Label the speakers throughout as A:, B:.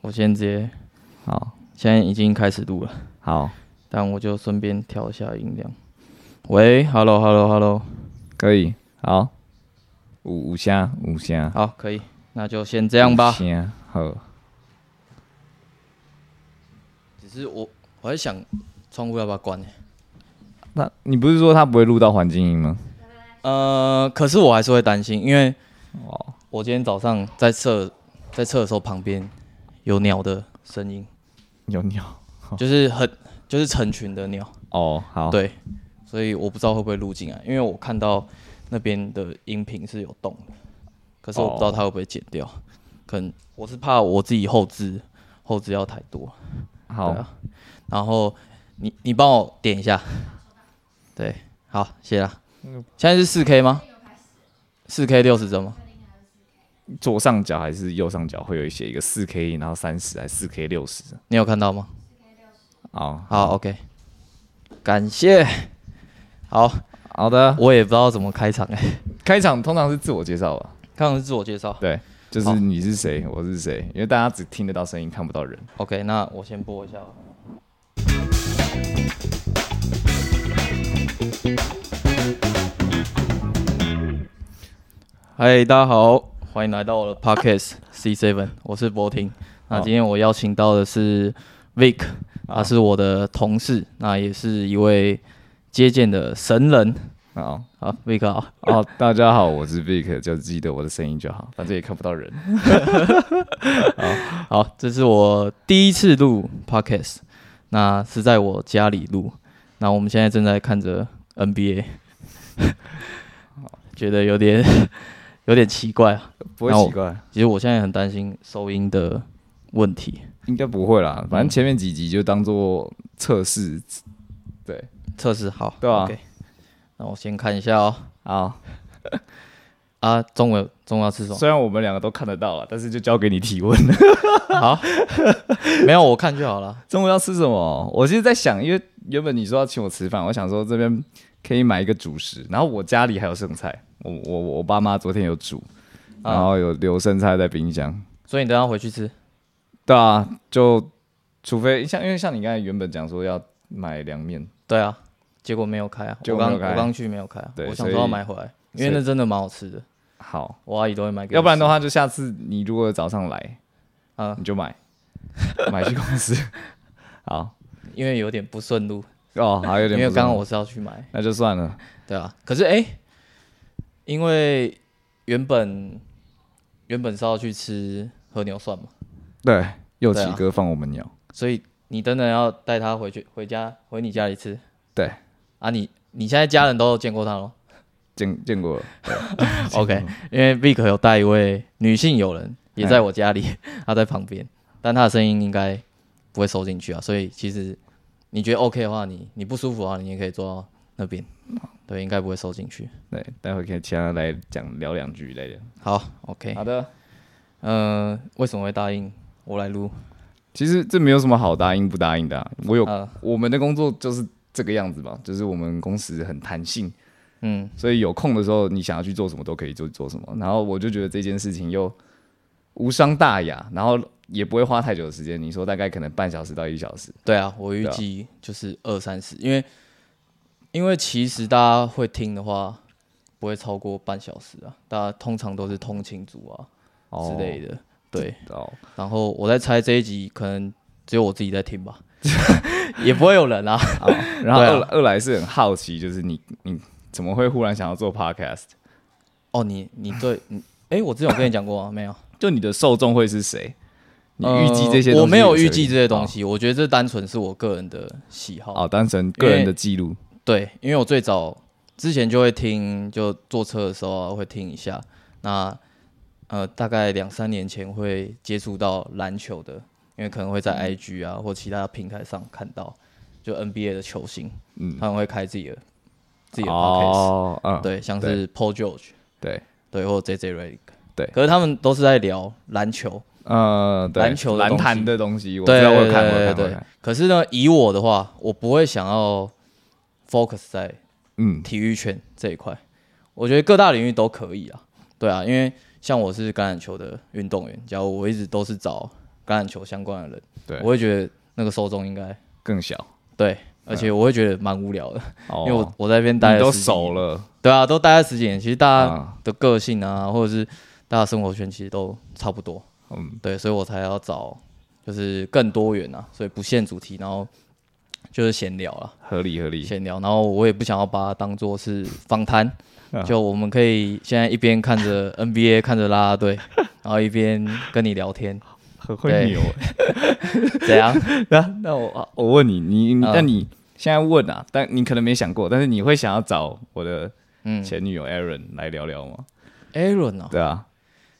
A: 我先直接，
B: 好，
A: 现在已经开始录了，
B: 好，
A: 但我就顺便调一下音量。喂，Hello，Hello，Hello，
B: 可以，好，五五下，五下，
A: 好，可以，那就先这样吧。
B: 五下，好，
A: 只是我我在想，窗户要不要关、欸？
B: 那你不是说它不会录到环境音吗？
A: 呃，可是我还是会担心，因为
B: 哦，
A: 我今天早上在测在测的时候，旁边有鸟的声音，
B: 有鸟，
A: 就是很就是成群的鸟，
B: 哦，好，，
A: 对，所以我不知道会不会录进来，因为我看到那边的音频是有动的，可是我不知道它会不会剪掉，可能我是怕我自己后置后置要太多，
B: 好，
A: 对啊然后你你帮我点一下，对，好，谢啦。现在是四 K 吗？四 K 六十帧吗？
B: 左上角还是右上角会有写一个四 K，然后三十还是四 K 六十？
A: 你有看到吗？
B: 哦，
A: 好，OK，感谢。好，
B: 好的，
A: 我也不知道怎么开场哎、欸，
B: 开场通常是自我介绍吧，
A: 刚刚是自我介绍。
B: 对，就是
A: 好
B: 你是谁，我是谁，因为大家只听得到声音，看不到人。
A: OK，那我先播一下吧。嗨，大家好，欢迎来到我的 Podcast C Seven，我是博婷。那
B: 好
A: 今天我邀请到的是 Vic，他
B: 好
A: 是我的同事，那也是一位接见的神人
B: 好，
A: 啊，Vic 好。
B: 哦，大家好，我是 Vic，就记得我的声音就好，反正也看不到人。
A: 好，这是我第一次录 podcast，那是在我家里录。那我们现在正在看着 NBA，觉得有点 有点奇怪啊。
B: 不会
A: 那我
B: 奇怪，
A: 其实我现在很担心收音的问题，
B: 应该不会
A: 嗯
B: 啦，反正前面几集就当做测试。对，
A: 测试好，
B: 对啊
A: OK，那我先看一下哦。
B: 好，
A: 啊，中文中文要吃什么？
B: 虽然我们两个都看得到了，但是就交给你提问 了。
A: 好，没有我看就好了。
B: 中午要吃什么？我其实在想，因为原本你说要请我吃饭，我想说这边可以买一个主食，然后我家里还有剩菜，我我我爸妈昨天有煮，
A: 啊
B: 然后有留剩菜在冰箱。
A: 所以你等一下回去吃。
B: 对啊，就除非像因为像你刚才原本讲说要买凉面，
A: 对啊，结果没有开啊，
B: 结
A: 我
B: 果
A: 刚
B: 没有
A: 我
B: 开
A: 刚去没有开啊，
B: 对
A: 我想
B: 所以
A: 说要买回来，因为那真的蛮好吃的，
B: 好，
A: 我阿姨都会买给我吃。
B: 要不然的话就下次你如果早上来，
A: 啊
B: 你就买 买去公司。 好
A: 因为有点不顺路，
B: 哦，好有
A: 因
B: 点
A: 为
B: 不错
A: 刚刚我是要去买，
B: 那就算了，
A: 对啊。可是哎、诶因为原本原本是要去吃和牛涮嘛，
B: 对，右
A: 对
B: 起
A: 啊
B: 哥放我们鸟，
A: 所以你等等要带他回去回家回你家里吃
B: 对，
A: 啊你。你现在家人都见过他咯
B: 见见过了嗯
A: OK，因为 Vic 有带一位女性友人也在我家里， 她在旁边，但她的声音应该不会收进去啊，所以其实你觉得 OK 的话，你你不舒服的话，你也可以坐到那边，对，应该不会收进去。
B: 对，待会可以请他来讲聊两句来的。
A: 好，OK，
B: 好的，
A: 嗯，为什么会答应我来录？
B: 其实这没有什么好答应不答应的啊、我有、
A: 啊
B: 我们的工作就是这个样子嘛，就是我们工时很弹性，
A: 嗯，
B: 所以有空的时候你想要去做什么都可以就做什么。然后我就觉得这件事情又无伤大雅，然后也不会花太久的时间。你说大概可能半小时到一小时，
A: 对啊，我预
B: 对啊
A: 计就是二三十，因为因为其实大家会听的话，不会超过半小时啊，大家通常都是通勤族啊、之类
B: 的。
A: 的， 对。
B: 哦，
A: 然后我在猜这一集可能只有我自己在听吧， 也不会有人啊。
B: 然后
A: 对啊
B: 二来、二来是很好奇，就是你你怎么会忽然想要做 podcast？
A: 哦，你你对，你哎，我之前有跟你讲过吗？没有。
B: 就你的受众会是谁？你预计这些东西、啊
A: 呃我没有预计这些东
B: 西。
A: 西，我觉得这单纯是我个人的喜好。
B: 哦，单纯个人的记录
A: 对，因为我最早之前就会听，就坐车的时候、啊、会听一下。那呃，大概两三年前会接触到篮球的，因为可能会
B: 嗯
A: 在 IG 啊或其他平台上看到，就 NBA 的球星，
B: 嗯
A: 他们会开自己的自己的 podcast，、
B: 哦，嗯，
A: 对，像是 Paul George，
B: 对，
A: 对，或者 JJ Redick，
B: 对
A: 可是他们都是在聊篮球，
B: 呃，对
A: 篮球的
B: 篮
A: 东西
B: 坛的东西，我知
A: 对
B: 道我
A: 对
B: 有看，我有
A: 对
B: 看，我
A: 对
B: 有
A: 对
B: 看。
A: 可是呢，以我的话，我不会想要 focus 在
B: 嗯，
A: 体育圈这一块，我觉得各大领域都可以啊。对啊，因为像我是橄榄球的运动员，假如我一直都是找橄橄榄球相关的人，
B: 对
A: 我会觉得那个受众应该
B: 更小，
A: 对，而且我会觉得蛮无聊的，
B: 哦
A: 因为我我在那边待
B: 你
A: 了
B: 都
A: 十几
B: 熟
A: 年，
B: 了，
A: 对啊，都待了十几年，其实大家
B: 啊
A: 的个性啊，或者是大家生活圈其实都差不多，
B: 嗯，
A: 对，所以我才要找就是更多元啊，所以不限主题，然后就是闲聊啊，
B: 合理合理，
A: 闲聊，然后我也不想要把它当做是访谈
B: 啊，
A: 就我们可以现在一边看着 NBA 看着啦啦 队，然后一边跟你聊天，
B: 很会
A: 对
B: 扭欸。
A: 怎样？
B: 那那我我问你，你你
A: 啊
B: 那你现在问啊，但你可能没想过，但是你会想要找我的
A: 嗯
B: 前女友 Aaron 来聊聊吗？
A: ，Aaron 哦，
B: 对啊，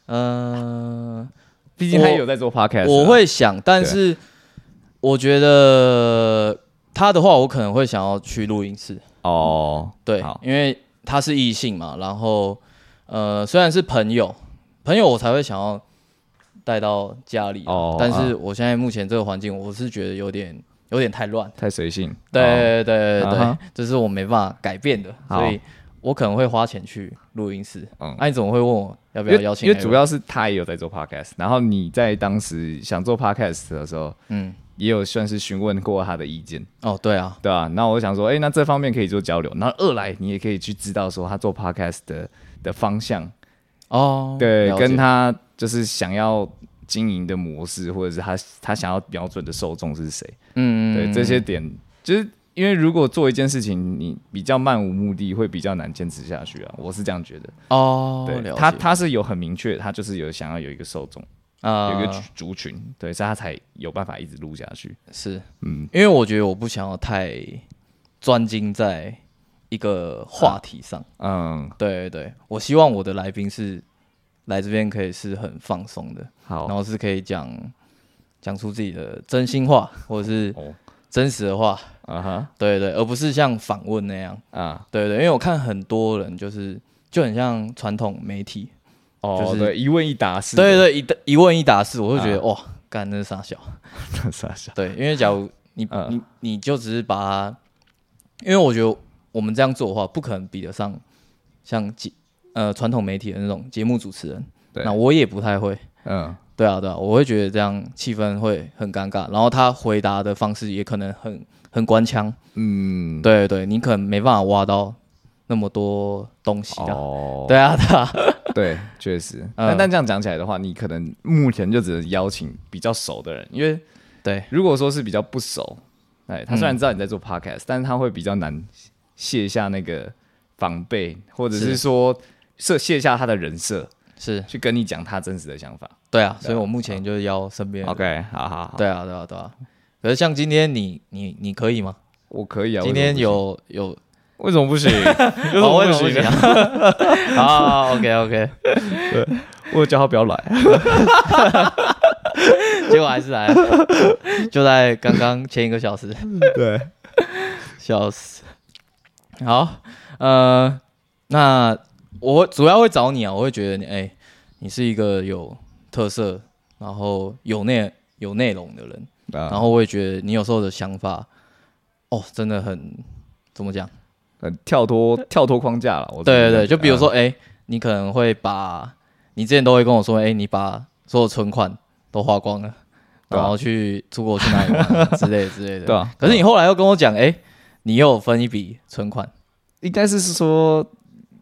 A: 嗯、
B: 毕竟他也
A: 我
B: 有在做 podcast，啊
A: 我会想，但是我觉得他的话，我可能会想要去录音室，
B: 哦，
A: 对
B: 好，
A: 因为他是异性嘛，然后呃，虽然是朋友，朋友我才会想要带到家里啊，
B: 哦
A: 但是我现在目前这个环境，我是觉得有点有点太乱，
B: 太随性，哦，
A: 对对对对
B: 啊哈
A: 这是我没办法改变的，
B: 好
A: 所以我可能会花钱去录音室。啊
B: 嗯
A: 那、你怎么会问我要不
B: 因
A: 要
B: 为
A: 邀请？
B: 因为主要是他也有在做 podcast，然后你在当时想做 podcast 的时候，
A: 嗯
B: 也有算是询问过他的意见，
A: 哦对啊，
B: 对啊，那我想说，哎、那这方面可以做交流。然后二来，你也可以去知道说他做 podcast 的的方向，
A: 哦
B: 对，
A: 了解
B: 跟他就是想要经营的模式，或者是他他想要瞄准的受众是谁，
A: 嗯
B: 对、这些点，就是因为如果做一件事情，你比较漫无目的，会比较难坚持下去啊。我是这样觉得，
A: 哦
B: 对，
A: 了解
B: 他他是有很明确，他就是有想要有一个受众，
A: 啊
B: 有一个族族群，对，所以他才有办法一直录下去。
A: 是
B: 嗯，
A: 因为我觉得我不想要太专精在一个话题上，
B: 嗯，
A: 对对对，我希望我的来宾是来这边可以是很放松的，
B: 好
A: 然，后是可以讲讲出自己的真心话或者是
B: 哦，
A: 真实的话，
B: 啊哈，
A: 对对，而不是像访问那样，
B: 啊，
A: 对对，因为我看很多人就是就很像传统媒体，
B: 哦，
A: 就是
B: 对，一问一答是，啊
A: 对对，一答一问一答是，我就觉得、哇，干那是傻小，
B: 傻笑。
A: 对，因为假如你、
B: 嗯
A: 你你就只是把它，因为我觉得我们这样做的话，不可能比得上像节呃传统媒体的那种节目主持人。
B: 对
A: 那我也不太会。
B: 嗯，
A: 对啊，对啊，我会觉得这样气氛会很尴尬，然后他回答的方式也可能很很官腔。
B: 嗯，
A: 对对，你可能没办法挖到那么多东西啊。
B: 哦，
A: 对啊， 对啊，
B: 对，确实。
A: 嗯
B: 但但这样讲起来的话，你可能目前就只能邀请比较熟的人，因为
A: 对，
B: 如果说是比较不熟，哎，他虽
A: 嗯
B: 然知道你在做 podcast，、但是他会比较难卸下那个防备，或者是
A: 是
B: 说设卸下他的人设，
A: 是，
B: 去跟你讲他真实的想法。
A: 对啊，所以我目前就是邀身边的人。
B: OK，好好好，
A: 对啊，对啊，对啊。可是像今天你你你可以吗？
B: 我可以啊。
A: 今天有有
B: 为什么不行？ 为什
A: 好
B: 么
A: 为
B: 不
A: 什么
B: 行？
A: 不行啊？ 啊好，OK OK，
B: 我有叫他不要 来。
A: 结果还是来了， 就在刚刚前一个小时，
B: 对，
A: 笑死。好，呃，那我主要会找你啊，我会觉得你，哎、你是一个有特色，然后有内有内容的人，然
B: 啊，
A: 后我也觉得你有时候的想法，哦，真的很怎么讲？
B: 呃跳脱跳脱框架了。我
A: 对
B: 觉
A: 对
B: 得
A: 对，就比如说，
B: 嗯
A: 哎、你可能会把，你之前都会跟我说，哎、你把所有存款都花光了，
B: 对啊
A: 然后去出国去哪里玩啊之类之类的。
B: 对啊
A: 可是你后来又跟我讲，哎、你又有分一笔存款，
B: 应该是是说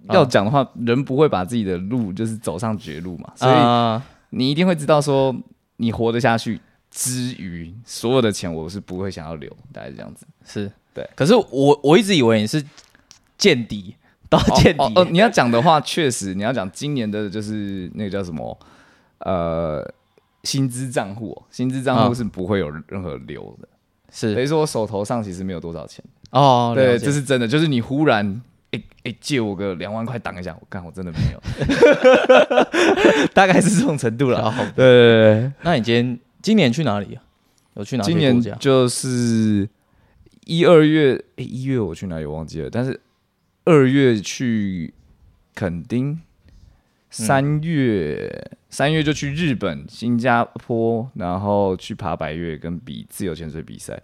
A: 啊
B: 要讲的话，人不会把自己的路就是走上绝路嘛，所以
A: 啊
B: 你一定会知道说你活得下去之余，所有的钱我是不会想要留，大概是这 样子。
A: 是
B: 对。
A: 可是我我一直以为你是间谍，到间谍、
B: 哦哦，你要讲的话，确实你要讲今年的就是那个叫什么呃。薪资账户哦，薪资账户
A: 啊
B: 是不会有任何留的，等
A: 是
B: 于说我手头上其实没有多少钱。
A: 哦，
B: 对，这
A: 就是
B: 是真的，就是你忽然，哎、哎、借我个两万块挡一下，我看我真的没有， 大概是这种程度了。
A: 好。
B: 对对对
A: 那你今天今年去哪里啊？有去哪
B: 对，
A: 些
B: 今
A: 国
B: 年
A: 家？
B: 就是一二月，哎、一月我去哪里我忘记了，但是二月去垦丁，
A: 嗯
B: 三月、三月就去日本、新加坡，然后去爬百越跟比自由潜水比赛，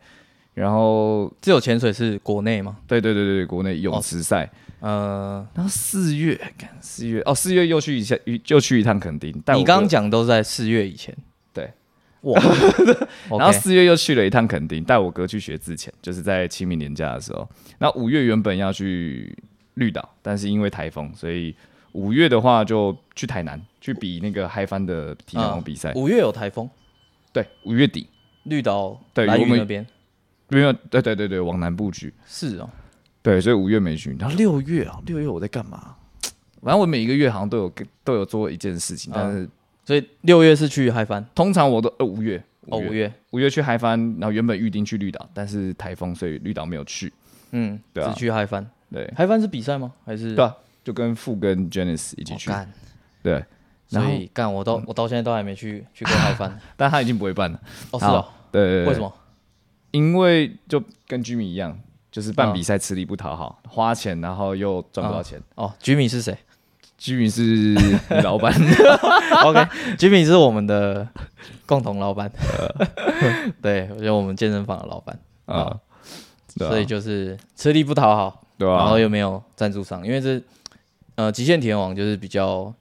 B: 然后
A: 自由潜水是国内吗？
B: 对对对对对，国内泳
A: 哦
B: 池赛。
A: 呃，
B: 然后四月，看四月哦，四月又去一下，又去一趟垦丁。但
A: 你
B: 我
A: 刚刚
B: 个
A: 讲都是在四月以前。
B: 对，
A: 哇，
B: 然后四月又去了一趟垦丁，带我哥去学自潜，就是在清明年假的时候。那五月原本要去绿岛，但是因为台风，所以五月的话就去台南去比那个嗨翻的体
A: 嗯
B: 能比赛。
A: 五月有台风，
B: 对，五月底，
A: 绿岛
B: 对
A: 蓝
B: 我
A: 屿
B: 们
A: 那边
B: 没有，对对对对，往南布局。
A: 是哦，
B: 对，所以五月没去。然后六月啊，六月我在干嘛？反正我每一个月好像都有跟都有做一件事情，但
A: 嗯
B: 是
A: 所以六月是去嗨翻
B: 通常我都呃五月
A: 哦，五月
B: 五月去嗨翻，然后原本预定去绿岛，但是台风，所以绿岛没有去。
A: 嗯，
B: 对啊
A: 只去嗨翻，
B: 对，
A: 嗨翻是比赛吗？还是
B: 对啊，就跟富跟 Janice 一起
A: 哦
B: 去。
A: 干？
B: 对，然
A: 所
B: 后嗯
A: 以干我到我到现在都还没去去过嗨 翻，
B: 但他已经不会办了。
A: 哦是
B: 好
A: 哦，
B: 对对对，
A: 为什？么？
B: 因为就跟 Jimmy 一样，就是办
A: 嗯
B: 比赛吃力不讨好，花钱然后又赚不到钱。
A: 哦，Jimmy 是 谁
B: Jimmy 是老 板，
A: ？OK，Jimmy 是我们的共同老板， 对，我觉得我们健身房的老板，
B: 啊，对
A: 哦
B: 啊
A: 所以就是吃力不讨好，
B: 对啊
A: 然后
B: 吧？
A: 又没有赞助商，因为这呃极限体验网就是比较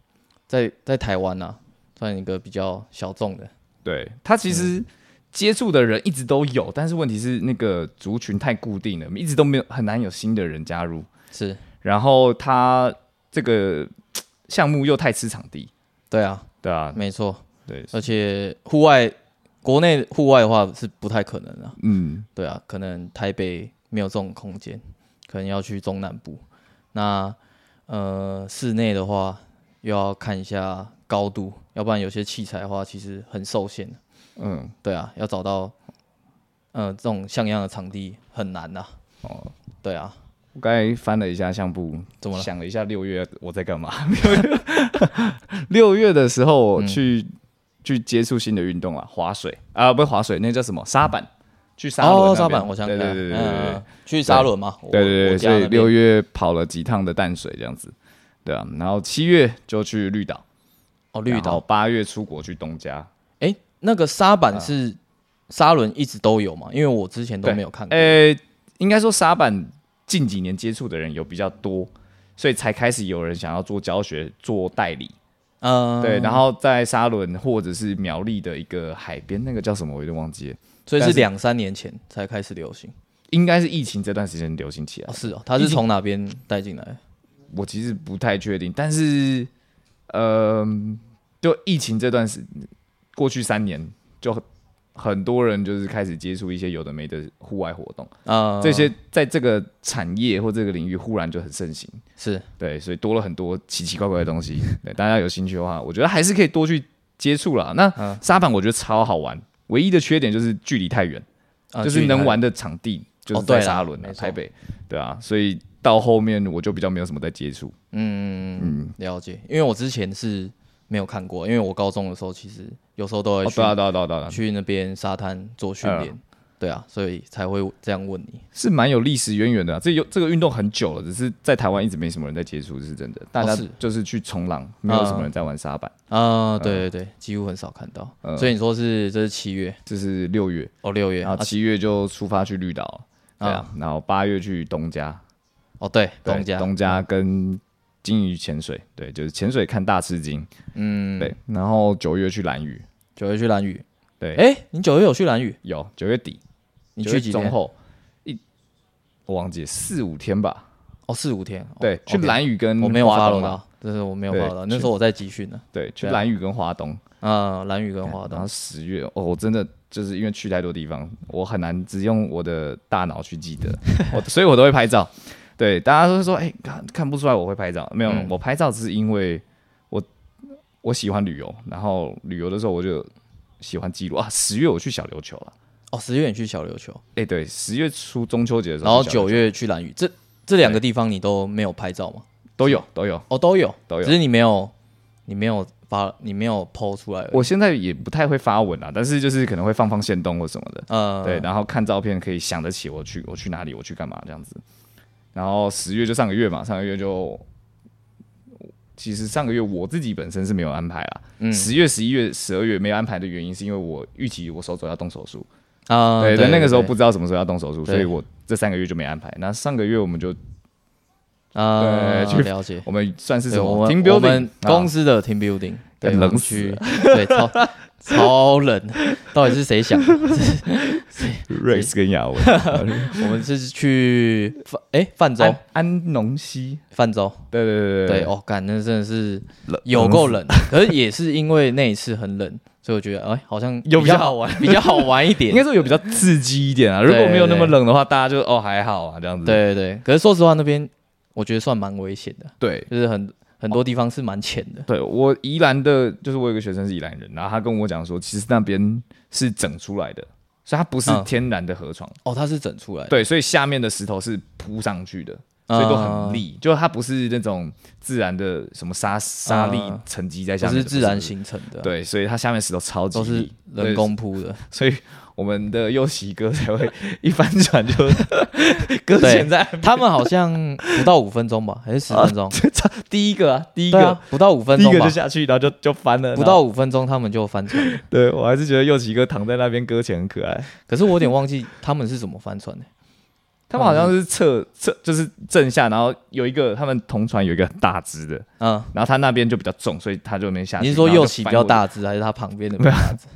A: 在在台湾呐、啊，算一个比较小众的，
B: 对他其实
A: 嗯
B: 接触的人一直都有，但是问题是那个族群太固定了，一直都没有很难有新的人加入。
A: 是
B: 然后他这个项目又太吃场地，
A: 对啊，
B: 对啊，
A: 没错，
B: 对，
A: 而且户外国内户外的话是不太可能啊，
B: 嗯，
A: 对啊，可能台北没有这种空间，可能要去中南部，那呃室内的话又要看一下高度，要不然有些器材的话其实很受限的，
B: 嗯，
A: 对啊，要找到呃这种像样的场地很难呐、
B: 哦，
A: 对啊。
B: 我刚才翻了一下相簿，
A: 怎么了
B: 想了一下六月我在干嘛？ 六月的时候
A: 嗯
B: 我去、去接触新的运动啊，划水啊、不是划水，那叫什么沙板？去沙轮那边、
A: 哦，沙板，我想
B: 对
A: 起来
B: 对
A: 了
B: 对对对
A: 嗯
B: 对
A: 嗯嗯去沙轮嘛，我
B: 对对
A: 我
B: 对，
A: 家
B: 所
A: 那
B: 以
A: 边
B: 六月跑了几趟的淡水这样子，对啊，然后七月就去绿岛，
A: 哦绿
B: 然后
A: 岛，
B: 八月出国去东加，
A: 哎，那个沙板是沙轮一直都有嘛？因为我之前都
B: 对
A: 没有看过，
B: 呃，应该说沙板近几年接触的人有比较多，所以才开始有人想要做教学、做代理。
A: 嗯，
B: 对，然后在沙伦或者是苗栗的一个海边，那个叫什么我有点忘记了，
A: 所以
B: 但
A: 是
B: 是
A: 两三年前才开始流行，
B: 应该是疫情这段时间流行起来
A: 哦，。是哦，它是从哪边带进来？
B: 我其实不太确定，但是呃，就疫情这段时，过去三年就很很多人就是开始接触一些有的没的户外活动，
A: 啊，
B: 这些在这个产业或这个领域忽然就很盛行。
A: 是
B: 对，所以多了很多奇奇怪怪的东西。 对，大家有兴趣的话，我觉得还是可以多去接触啦。那、沙板我觉得超好玩，唯一的缺点就是距离太远，
A: 啊
B: 就是
A: 距
B: 能
A: 离
B: 玩的场地就是
A: 哦对
B: 在
A: 啦
B: 沙轮、啊
A: 没错
B: 台北，对啊，所以到后面我就比较没有什么在接触。
A: 嗯了解，因为我之前是没有看过，因为我高中的时候其实有时候都会
B: 哦，
A: 去
B: 对啊，对啊，对啊，对啊，嗯
A: 去那边沙滩做训练，对啊，所以才会这样问你，
B: 是蛮有历史渊源的、啊。这有这个运动很久了，只是在台湾一直没什么人在接触，哦这是真的。大家
A: 是
B: 就是去冲浪，没有什么人在玩沙板。嗯
A: 啊，对对对，几乎很少看到。所以你说是这是七月
B: 这是嗯六月，
A: 哦，六月
B: 然后
A: 啊，
B: 七月就出发去绿岛，对啊，然后八月去东加，
A: 哦对，
B: 对
A: 东家嗯
B: 东加跟金鱼潜水，对，就是潜水看大吃鲸，嗯，对。然后九月去蓝屿，
A: 九月去蓝屿，
B: 对，
A: 哎，你九月有去蓝屿？
B: 有九月底，
A: 你
B: 九
A: 去
B: 月
A: 几
B: 中
A: 天？
B: 后一，我忘记了四五天吧，
A: 哦，四五天。哦
B: 对，去，蓝屿跟
A: OK，我没有
B: 花
A: follow
B: 东嘛，
A: 到，就是我没有
B: 对
A: follow 到，
B: 去
A: 那时候我在集训呢。
B: 对，去
A: 对啊
B: 蓝屿跟花东，
A: 啊，蓝屿跟花
B: 然
A: 东
B: 后，十月，哦，我真的就是因为去太多地方，我很难只用我的大脑去记 得，我所以我都会拍照。对，大家都说，哎、看看不出来我会拍照，没有，
A: 嗯
B: 我拍照只是因为我我喜欢旅游，然后旅游的时候我就喜欢记录啊。十月我去小琉球了，
A: 哦，十月你去小琉球，
B: 哎、对，十月初中秋节的时
A: 然
B: 候
A: 后
B: 去小琉
A: 九
B: 球，
A: 月去蓝屿，这这两个地方你都没有拍照吗？
B: 都有都有。
A: 哦，都有，
B: 都有
A: 只是你没有，你没有发，你没有 PO 出来而已。
B: 我现在也不太会发文啊，但是就是可能会放放线动或什么的。
A: 呃，
B: 对，，然后看照片可以想得起我去我去哪里，我去干嘛这样子。然后十月就上个月嘛，上个月就其实上个月我自己本身是没有安排啦。
A: 嗯
B: 十、月、十一月、十二月没有安排的原因是因为我预期我手肘要动手术，
A: 啊，
B: 对，但那个时候不
A: 对
B: 知道什么时候要动手术，
A: 对
B: 所以我这三个月就没安排。那上个月我们就
A: 啊，
B: 对去
A: 了解。
B: 我们算是什
A: 对，我
B: 么
A: 们啊
B: team 啊
A: 我们
B: building
A: 公
B: 司
A: 司的 team building，我
B: 对
A: 们
B: 冷死
A: 去，对，超超冷，到底是谁想 的？
B: ，Rex 跟雅文，
A: 我们是去泛哎泛舟，
B: 安安农溪，
A: 泛舟，
B: 对对对
A: 对，哦，感那真的是
B: 冷
A: 有够冷，可是也是因为那一次很冷，所以我觉得哎，好像
B: 有
A: 比
B: 比较
A: 较好 玩，比较好玩一点
B: 应。该说有比较刺激一点啊。
A: 对
B: 如果没有那么冷的话，大家就哦还好啊这样子。
A: 对对对，可是说实话，那边我觉得算蛮危险的，
B: 对
A: 就是很很多地方是蛮浅的。
B: 对，我宜兰的，就是我有个学生是宜兰人，然后他跟我讲说，其实那边是整出来的，所以它不是
A: 嗯
B: 天然的河床。
A: 哦，它是整出来的，
B: 对，所以下面的石头是铺上去的，
A: 嗯
B: 所以都很利，就它不是那种自然的什么沙沙粒
A: 嗯
B: 沉积在下
A: 不
B: 面的，
A: 是自然
B: 不是。
A: 形成的，，
B: 对，所以它下面石头超级
A: 都是
B: 利，
A: 人工铺的。
B: 所以我们的右喜哥才会一翻船就 搁浅在
A: 他们好像不到五分钟吧，还是十分钟？
B: 操第一个啊，第一
A: 对
B: 个、
A: 啊，不到五分
B: 第一
A: 钟
B: 个
A: 吧
B: 就，啊下去，然后就就翻了，
A: 不
B: 然后
A: 到五分钟他们就翻船了。
B: 对我还是觉得右喜哥躺在那边搁浅很可爱。
A: 可是我有点忘记他们是怎么翻船的。
B: 他们好像是侧侧就是正下，然后有一个他们同船有一个很大只的，
A: 嗯，
B: 然后他那边就比较重，所以他就没下去。
A: 你是说
B: 啊然后
A: 右
B: 就
A: 起比
B: 翻
A: 较
B: 过去
A: 大只，还是他旁边的比较大只？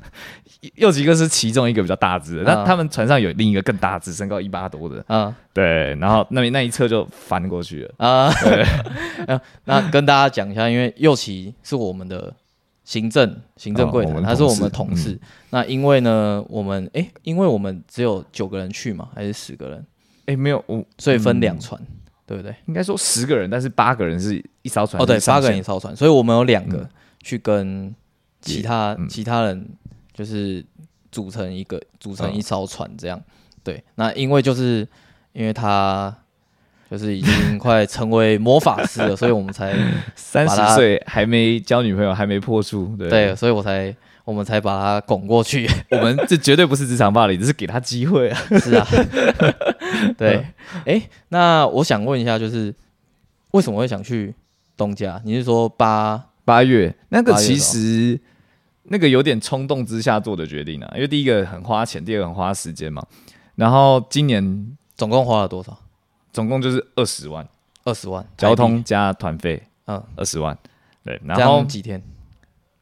B: 右吉哥是其中一个比较大只的，那
A: 嗯
B: 他们船上有另一个更大只，身高一八多的，
A: 嗯
B: 对，然后那边那一侧就翻过去了，
A: 啊， 嗯那跟大家讲一下，因为右起是我们的行政行政柜
B: 哦我
A: 台，
B: 们
A: 他是我们
B: 同
A: 的
B: 事
A: 同
B: 嗯
A: 事。那因为呢，我们诶，因为我们只有九个人去嘛，还是十个人，
B: 哎，没有，我
A: 所以分
B: 嗯
A: 两船，对不对？
B: 应该说十个人，但是八个人是一艘船，
A: 哦，对，
B: 是上
A: 八个人
B: 线
A: 一，艘船，所以我们有两个
B: 嗯
A: 去跟其他、
B: 嗯
A: 其他人就是组成一个组成
B: 嗯
A: 一艘船这样。对，那因为就是因为他就是已经快成为魔法师了，所以我们才
B: 三
A: 把他
B: 十岁还没交女朋友，还没破处， 对，
A: 对，所以我才我们才把他拱过 去。
B: 我们这绝对不是职场霸凌，只是给他机会啊。
A: 是啊， 对。
B: 嗯
A: 诶，那我想问一下，就是为什么会想去东家？你是说八？
B: 八月那个
A: 八月
B: 其
A: 的哦
B: 实那个有点冲动之下做的决定啊，因为第一个很花钱，第二个很花时间嘛，然后今年
A: 总共花了多少？
B: 总共就是二十万，
A: 二十万。
B: 交，通加团费。
A: 嗯，
B: 二十万，对，
A: 这
B: 然后
A: 样几天？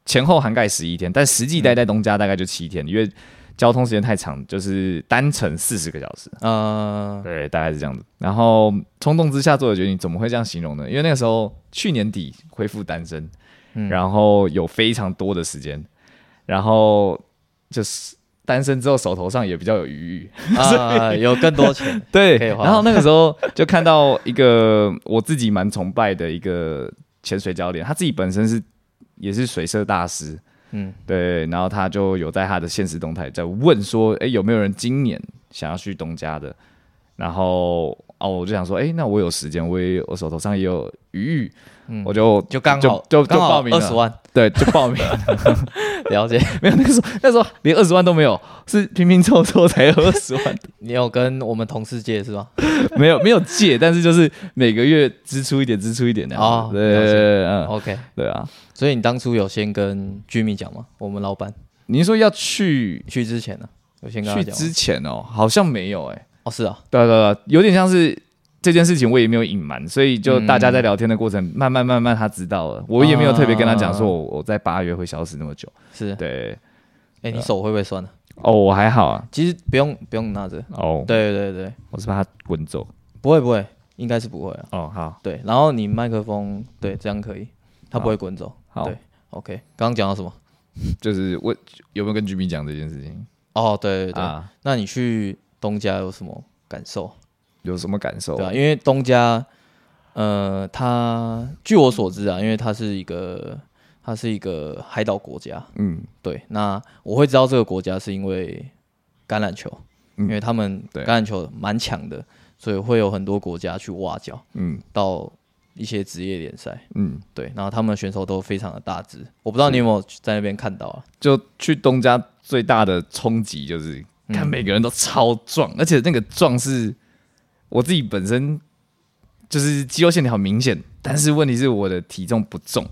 B: 前后涵盖十一天，但实际待在东家大概就七天，因为交通时间太长，就是单程四十个小时，
A: 呃，
B: 对，大概是这样子。然后冲动之下做的决定，怎么会这样形容呢？因为那个时候去年底恢复单身，
A: 嗯
B: 然后有非常多的时间，然后就是单身之后手头上也比较有余裕，
A: 啊，有更多 钱，
B: 对，
A: 可以花
B: 然后那个时候就看到一个我自己蛮崇拜的一个潜水教练，他自己本身是也是水社大师，
A: 嗯，
B: 对，然后他就有在他的现实动态在问说，哎，有没有人今年想要去东家的？然后哦，我就想说，哎，那我有时间，我也我手头上也有余裕，
A: 嗯
B: 我就
A: 就刚好
B: 就就就
A: 刚好
B: 报名了
A: 二十， 万，
B: 对，就报名。
A: 了解。
B: 没有那个时候那时候连二十万都没有，是拼拼凑凑才有二十万，
A: 你有跟我们同事借是 吧？
B: 没有没有借，但是就是每个月支出一点，支出一点的。
A: 哦
B: 哦，对
A: 了
B: 对
A: 解
B: 对，嗯，
A: OK，
B: 对啊。
A: 所以你当初有先跟 Jimmy 讲吗？我们老板
B: 您说要去
A: 去之前呢，有先跟他
B: 去
A: 讲吗
B: 之前哦，好像没有哎、
A: 哦，是啊，
B: 对啊对啊对啊，有点像是这件事情我也没有隐瞒，所以就大家
A: 嗯
B: 在聊天的过程，慢慢慢慢他知道了，我也没有特别跟他讲
A: 啊
B: 说我我在八月会消失那么久。
A: 是。
B: 对，
A: 哎，你手会不会酸呢？
B: 哦，我还好啊，
A: 其实不用不用拿着，
B: 哦，
A: 对对对，
B: 我是怕他滚走。
A: 不会不会，应该是不会啊。
B: 哦，好，
A: 对，然后你麦克风对这样可以，它不会滚走。
B: 好
A: 对 OK，刚刚讲到什么？
B: 就是我有没有跟居民讲这件事情
A: 哦，对对对，
B: 啊？
A: 那你去东家有什么感受？
B: 有什么感受？
A: 对啊，因为东家，呃，它据我所知啊，因为它是一个它是一个海岛国家，
B: 嗯，
A: 对，那我会知道这个国家是因为橄榄球，
B: 嗯
A: 因为他们
B: 对
A: 橄榄球蛮强的，所以会有很多国家去挖角
B: 嗯
A: 到一些职业联赛，
B: 嗯。
A: 对，然后他们的选手都非常的大只，我不知道你有没有在那边看到啊？
B: 就去东家最大的冲击就是，
A: 嗯
B: 看每个人都超壮，而且那个壮是我自己本身就是肌肉线条很明显，但是问题是我的体重不重，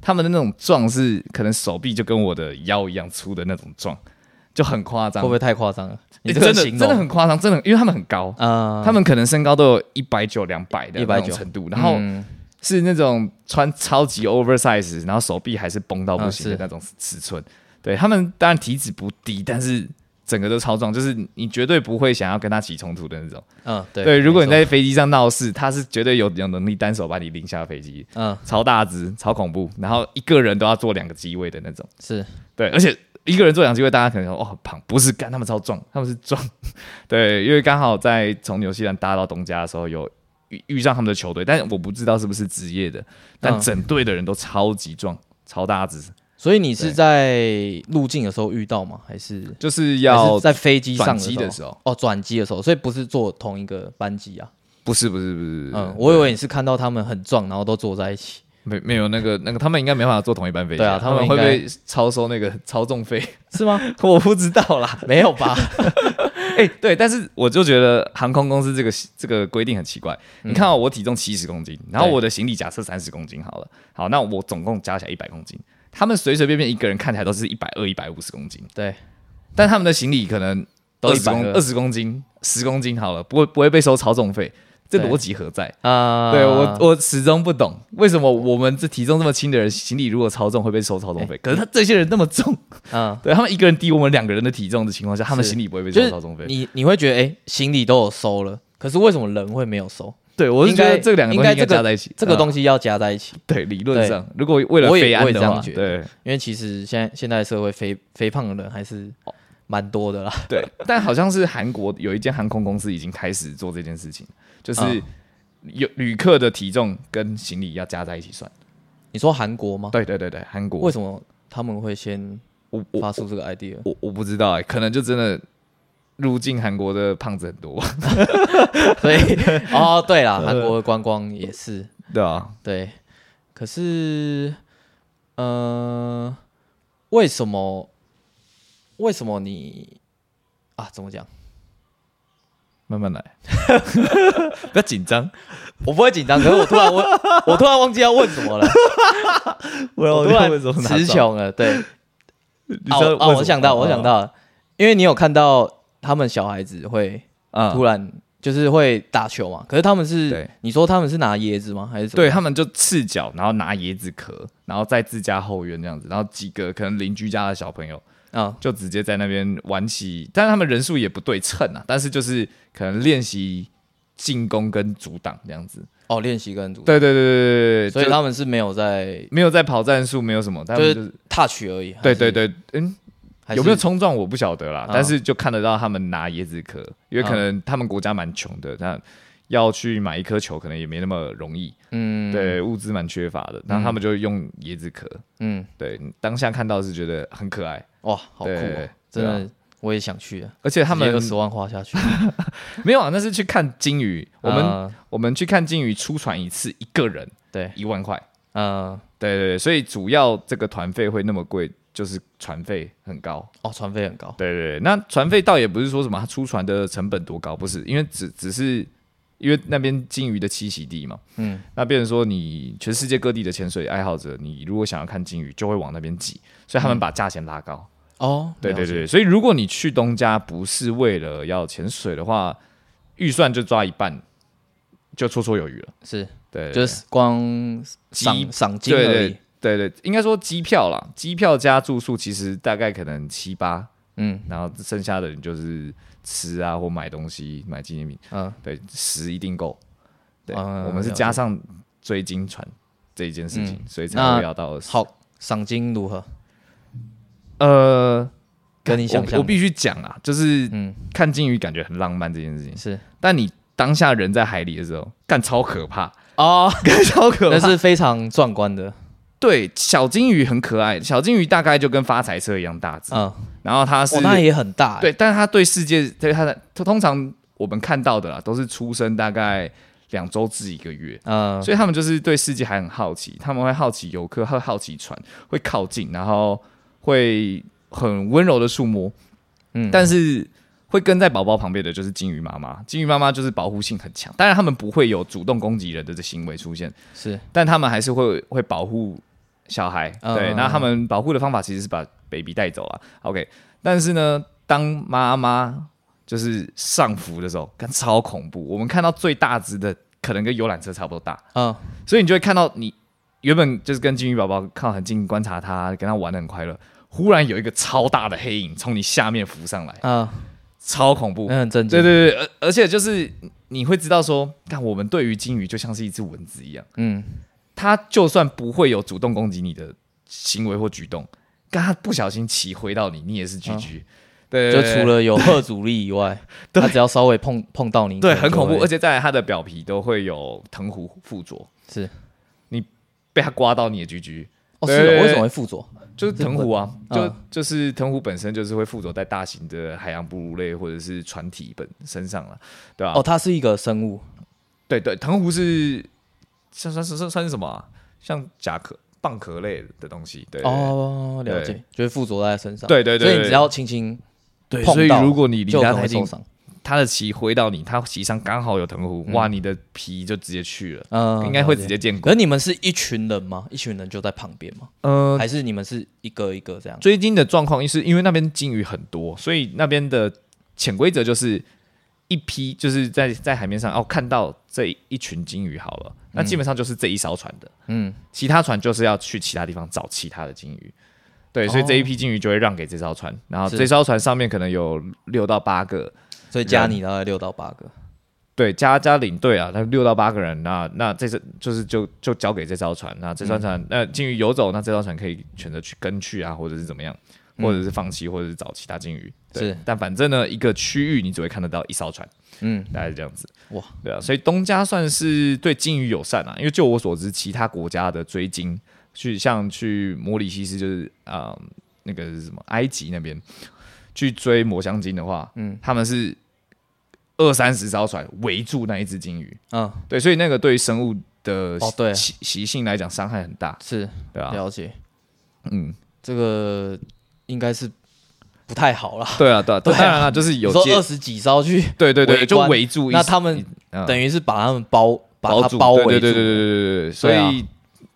B: 他们的那种壮是可能手臂就跟我的腰一样粗的那种壮，就很夸
A: 会
B: 张，
A: 不会太夸张了？你
B: 诶
A: 这个
B: 真的
A: 形容
B: 真的很夸张，真的很，因为他们很高。
A: 啊，
B: 他们可能身高都有一百九、两百的那种
A: 190
B: 程度，然后
A: 嗯
B: 是那种穿超级 oversize，然后手臂还是绷到不行的
A: 嗯是
B: 那种尺寸，对他们当然体脂不低，但是整个都超壮，就是你绝对不会想要跟他起冲突的那种。
A: 嗯，对
B: 对，如果你
A: 没
B: 在飞机上闹事，他是绝对有有能力单手把你拎下飞机，
A: 错嗯
B: 超大只，超恐怖，然后一个人都要坐两个机位的那种。
A: 是
B: 对，而且一个人坐两个机位，大家可能说哦很胖，不是干，他们超壮，他们是壮。 对，因为刚好在从纽西兰搭到东加的时候有。遇遇上他们的球队，但我不知道是不是职业的，但
A: 嗯
B: 整队的人都超级壮、超大只，
A: 所以你是在入境的时候遇到吗？还是
B: 就是
A: 还
B: 要
A: 是在飞机上
B: 转机的时候？
A: 哦，转机的时候，所以不是坐同一个班机啊。
B: 不是不是不是，
A: 嗯，我以为你是看到他们很壮，然后都坐在一 起。
B: 没没有那个那个，他们应该没办法坐同一班飞机，
A: 对啊
B: 他
A: 他们
B: 会不
A: 应该
B: 会超收那个超重费？
A: 是吗？
B: 我不知道啦。
A: 没有吧？
B: 哎、对，但是我就觉得航空公司这个这个规定很奇怪。你看、哦，我体重七十公斤，然后
A: 嗯对
B: 我的行李假设三十公斤好了，好，那我总共加起来一百公斤。他们随随便便一个人看起来都是一百二、一百五十公斤，
A: 对，
B: 但他们的行李可能
A: 都
B: 二十公
A: 120
B: 二十公斤、十公斤好了，不会不会被收超重费，这
A: 对
B: 逻辑何在？
A: 啊、
B: 对我，我始终不懂为什么我们这体重这么轻的人，行李如果超重会被收超
A: 哎
B: 重费，可是他这些人那么重，
A: 嗯，
B: 对他们一个人低我们两个人的体重的情况下，他们
A: 是
B: 行李不会被
A: 就
B: 收超重
A: 是
B: 费。
A: 你你会觉得，哎、行李都有收了，可是为什么人会没有收？
B: 对我是
A: 应
B: 觉
A: 该
B: 得这两个东西应
A: 应该
B: 该
A: 这个
B: 加在一起，
A: 这个
B: 嗯
A: 东西要加在一起，
B: 对理论上，如果为了
A: 我也
B: 备
A: 我
B: 案
A: 也
B: 的
A: 这样
B: 话，
A: 觉
B: 对
A: 因为其实现在现代社会肥肥胖的人还是蛮多的啦。
B: 对，但好像是韩国有一间航空公司已经开始做这件事情，就是
A: 嗯
B: 有旅客的体重跟行李要加在一起算。
A: 你说韩国吗？
B: 对对对对，韩国
A: 哦为什么他们会先
B: 我我
A: 发出这个 idea？
B: 我我不知道哎、可能就真的入境韩国的胖子很多吧，
A: 所以哦，对 啦，韩国的观光也是
B: 对啊，
A: 对，可是呃，为什么为什么你啊？怎么讲？
B: 慢 慢来，不要紧张，
A: 我不会紧张，可是我突然问， 我突然忘记要问什么 了，
B: 我
A: 我突然词，穷了。对，
B: 你
A: 啊我啊，我想
B: 哦
A: 到，我想到了，因为你有看到他们小孩子会
B: 啊
A: 突然就是会打球嘛，可是他们是
B: 对
A: 你说他们是拿椰子吗？还是什么
B: 对？他们就赤脚，然后拿椰子壳，然后在自家后院这样子，然后几个可能邻居家的小朋友
A: 啊，
B: 就直接在那边玩起，但是他们人数也不对称啊，但是就是可能练习进攻跟阻挡这样子。
A: 哦，练习跟组，
B: 对对对对对对，
A: 所以
B: 就
A: 他们是没有在
B: 没有在跑战术，没有什么，他们
A: 是
B: 就是。
A: touch 而已。
B: 对对，对，嗯，有没有？冲撞我不晓得啦，
A: 啊
B: 但是就看得到他们拿椰子壳，因为可
A: 啊
B: 能他们国家蛮穷的，那要去买一颗球可能也没那么容易，
A: 嗯，，
B: 对，物资蛮缺乏的，然后他们就用椰子壳，
A: 嗯，
B: 对，当下看到是觉得很可爱，
A: 哇，好酷
B: 对
A: 哦，真
B: 对啊
A: 的，我也想去啊。
B: 而且他们
A: 二十万花下去，
B: 没有啊，那是去看金鱼，我们、
A: 啊
B: 我们去看金鱼出船一次一个人
A: 对，
B: 一万块，
A: 嗯，
B: 对对对，所以主要这个团费会那么贵，就是船费很高，
A: 哦，船费很高，
B: 对对对，那船费倒也不是说什么它出船的成本多高，不是，因为只只是因为那边金鱼的栖息地嘛，
A: 嗯，
B: 那变成说你全世界各地的潜水爱好者，你如果想要看金鱼，就会往那边挤，所以他们把价钱拉高。
A: 哦，
B: 嗯对对
A: 了解，
B: 对，所以如果你去东家不是为了要潜水的话，预算就抓一半，就绰绰有余了。
A: 是，
B: 对，对
A: 就是光
B: 机
A: 赏赏金
B: 对
A: 而
B: 对
A: 已，
B: 对对，应该说机票啦，机票加住宿其实大概可能七八，
A: 嗯
B: 然后剩下的你就是吃啊或买东西、买纪念品，
A: 嗯，
B: 对，十一定够。对，
A: 嗯
B: 我们是
A: 了解
B: 加上追金船这一件事情，
A: 嗯
B: 所以才
A: 那
B: 会要到20。
A: 好，赏金如何？
B: 呃，
A: 跟你想
B: 我
A: 象
B: 我必须讲啊，就是
A: 嗯
B: 看金鱼感觉很浪漫这件事情，
A: 是
B: 但你当下人在海里的时候，干超可怕，
A: 哦，
B: 干超可
A: 那
B: 怕。
A: 是非常壮观的，
B: 对，小金鱼很可爱，小金鱼大概就跟发财车一样大只，
A: 嗯，
B: 然后它是
A: 哦，那也很大，
B: 对，，但是它对世界，对它的，它通常我们看到的啦，都是出生大概两周至一个月，
A: 嗯，
B: 所以他们就是对世界还很好奇，他们会好奇游客，会好奇船，会靠近，然后会很温柔的触摸，
A: 嗯
B: 但是会跟在宝宝旁边的就是金鱼妈妈，金鱼妈妈就是保护性很强，当然他们不会有主动攻击人的这行为出现，
A: 是
B: 但他们还是会会保护小孩，
A: 嗯
B: 对，
A: 嗯
B: 那他们保护的方法其实是把 baby 带走了，OK，但啊是呢，当妈妈就是上浮的时候，看超恐怖，我们看到最大只的可能跟游览车差不多大。
A: 嗯
B: 所以你就会看到你原本就是跟金鱼宝宝靠很近观察它，跟它玩的很快乐，忽然有一个超大的黑影从你下面浮上来，
A: 啊，
B: 超恐怖。
A: 那很震惊。
B: 对对对，而而且就是你会知道说，看我们对于金鱼就像是一只蚊子一样，
A: 嗯，
B: 它就算不会有主动攻击你的行为或举动，但它不小心骑回到你，你也是 GG、对，
A: 嗯就
B: 对
A: 除。了有贺阻力以外，
B: 对
A: 它只要稍微碰碰到你，
B: 对，
A: 可能
B: 很
A: 就
B: 恐怖，
A: 会
B: 而且在它的表皮都会有藤壶附着，
A: 是
B: 被它刮到你的 GG，
A: 哦，是
B: 对
A: 哦
B: 对对
A: 为什么会附着？
B: 就是藤壶啊，
A: 这
B: 就
A: 个
B: 就是藤壶本身就是会附着在大型的海洋哺乳类或者是船体本身上了，对吧、
A: 哦，它是一个生物，
B: 对对，藤壶是算算算算是什么啊、像甲壳、蚌壳类的东西。对，
A: 哦，
B: 对
A: 了解，就会附着在它身上。
B: 对对对
A: 所以
B: 对
A: 你只要轻轻
B: 对
A: 碰
B: 所以
A: 到
B: 如果你离
A: 就有
B: 它
A: 可能
B: 太
A: 会
B: 近
A: 受，伤。
B: 它的鳍挥到你，它鳍上刚好有藤壶，哇，你的皮就直接去嗯了，
A: 嗯，
B: 应该
A: 了
B: 会
A: 解
B: 直接见
A: 可
B: 骨。
A: 是你们是一群人吗？一群人就在旁边吗？
B: 呃，
A: 还是你们是一个一个这样？
B: 追鲸的状况是因为那边鲸鱼很多，所以那边的潜规则就是一批，就是在在海面上哦看到这一群鲸鱼好了，那基本上就是这一艘船的。
A: 嗯，
B: 其他船就是要去其他地方找其他的金鱼。对，所以
A: 哦
B: 这一批金鱼就会让给这艘船，然后
A: 是
B: 这艘船上面可能有六到八个，
A: 所以加你大概六到八个。
B: 对，加加领队啊，那六到八个人，那那这是就是就就交给这艘船，那这艘船那金鱼游走，那这艘船可以选择去跟去啊，或者是怎么样，或者是放弃，或者是找其他金鱼。对
A: 是，
B: 但反正呢，一个区域你只会看得到一艘船，
A: 嗯，
B: 大概是这样子。
A: 哇，
B: 对啊，所以东家算是对鲸鱼友善啊，因为就我所知，其他国家的追鲸，去像去摩里西斯，就是啊、嗯那个是什么埃及那边去追抹香鲸的话，嗯，他们是二三十艘船围住那一只鲸鱼，
A: 嗯，
B: 对，所以那个对于生物的
A: 哦对
B: 习习性来讲伤害很大，
A: 是
B: 对啊，
A: 了解，
B: 嗯，
A: 这个应该是不太好啦。
B: 对啊，对啊，
A: 对啊
B: 当然了，就是
A: 你
B: 有
A: 说
B: 界
A: 二十几招去，
B: 对对对，
A: 围
B: 就
A: 观
B: 围住一，
A: 那他们
B: 嗯
A: 等于是把他们包，把它
B: 住
A: 包围住。
B: 对对对对对对对对，所以、
A: 对啊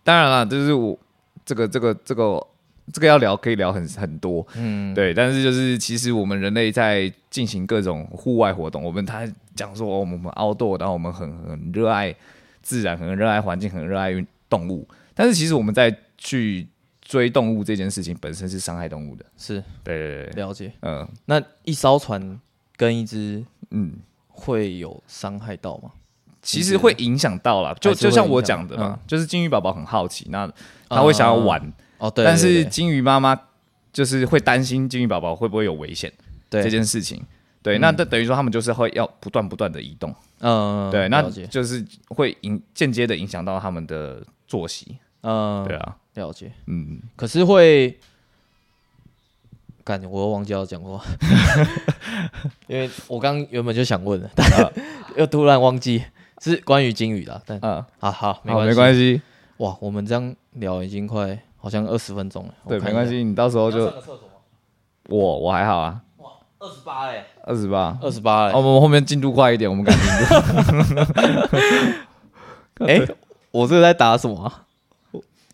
B: 当然了，就是我这个这个这个这个要聊可以聊很很多，嗯，对，但是就是其实我们人类在进行各种户外活动，我们他讲说、哦、我们 outdoor，然后我们很很热爱自然，很热爱环境，很热爱运动物，但是其实我们在去追动物这件事情本身是伤害动物的，
A: 是
B: 对对对对，
A: 了解。
B: 嗯
A: 那一艘船跟一只
B: 嗯。
A: 会有伤害到吗？
B: 其实会影响到啦，就
A: 还是会
B: 就像我讲的
A: 影响嗯，
B: 嘛
A: 啊
B: 就是金鱼宝宝很好奇，那他会想要玩，
A: 哦，对，
B: 但是
A: 对
B: 金鱼妈妈就是会担心金鱼宝宝会不会有危险
A: 对嗯
B: 这
A: 对，
B: 件事情。对，那等等于说他们就是会要不断不断的移动，
A: 嗯，
B: 对，那
A: 了解，
B: 就是会影间接的影响到他们的作息。
A: 嗯，
B: 对啊，
A: 了解。
B: 嗯，
A: 可是会，感觉我又忘记要讲话， 因为我刚原本就想问了，但 又突然忘记，是关于金鱼的啊，但
B: 啊，
A: 好好没
B: 好，
A: 关
B: 没
A: 系，
B: 关系，
A: 哇，我们这样聊已经快好像二十分钟了，
B: 对，没关系，你到时候
A: 我
B: 就
A: 个厕所吗？
B: 我我还好啊，
A: 二十八嘞，
B: 二十八，
A: 二十八
B: 哦我
A: 嘞，
B: 们后面进度快一点，我们 赶紧。
A: 哎，我这个在打什么啊？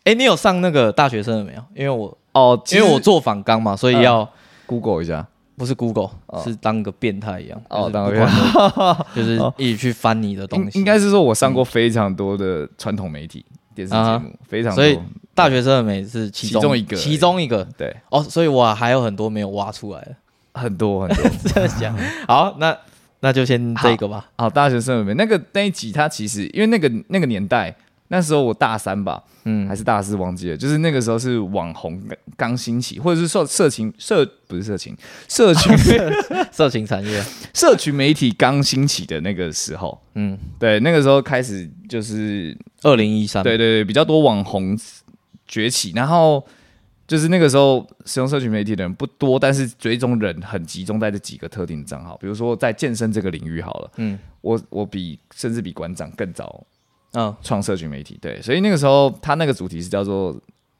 A: 哎，你有上那个大学生了没有？因为我
B: 哦，其
A: 因
B: 实啊
A: 为我做访纲嘛，所以要
B: Google 一下，
A: 不是 Google，是当个变态一样，
B: 哦
A: 就是
B: 当个
A: 不管都就是一起去翻你的
B: 应
A: 东西。
B: 应该是说我上过非常多的传统媒体电视节
A: 啊
B: 目，非常多
A: 所，以大学生的美是其
B: 其中一个而已
A: 其中一个
B: 对，
A: 哦，所以我还有很多没有挖出 来的。
B: 很多很多。
A: 这样 好，那那就先这个吧。
B: 好，大学生里面那个那一集，他其实因为那个那个年代，那时候我大三吧，
A: 嗯
B: 还是大四忘记了，就是那个时候是网红刚刚兴起，或者是说色情社不是色情，社群
A: 色情产业，
B: 社群媒体刚兴起的那个时候，
A: 嗯，
B: 对，那个时候开始就是
A: 二零一三，
B: 对对对，比较多网红崛起，然后就是那个时候使用社群媒体的人不多，但是追踪人很集中在这几个特定的账号，比如说在健身这个领域好了，
A: 嗯
B: 我我比甚至比馆长更早
A: 嗯，
B: 创社群媒体，对，所以那个时候他那个主题是叫做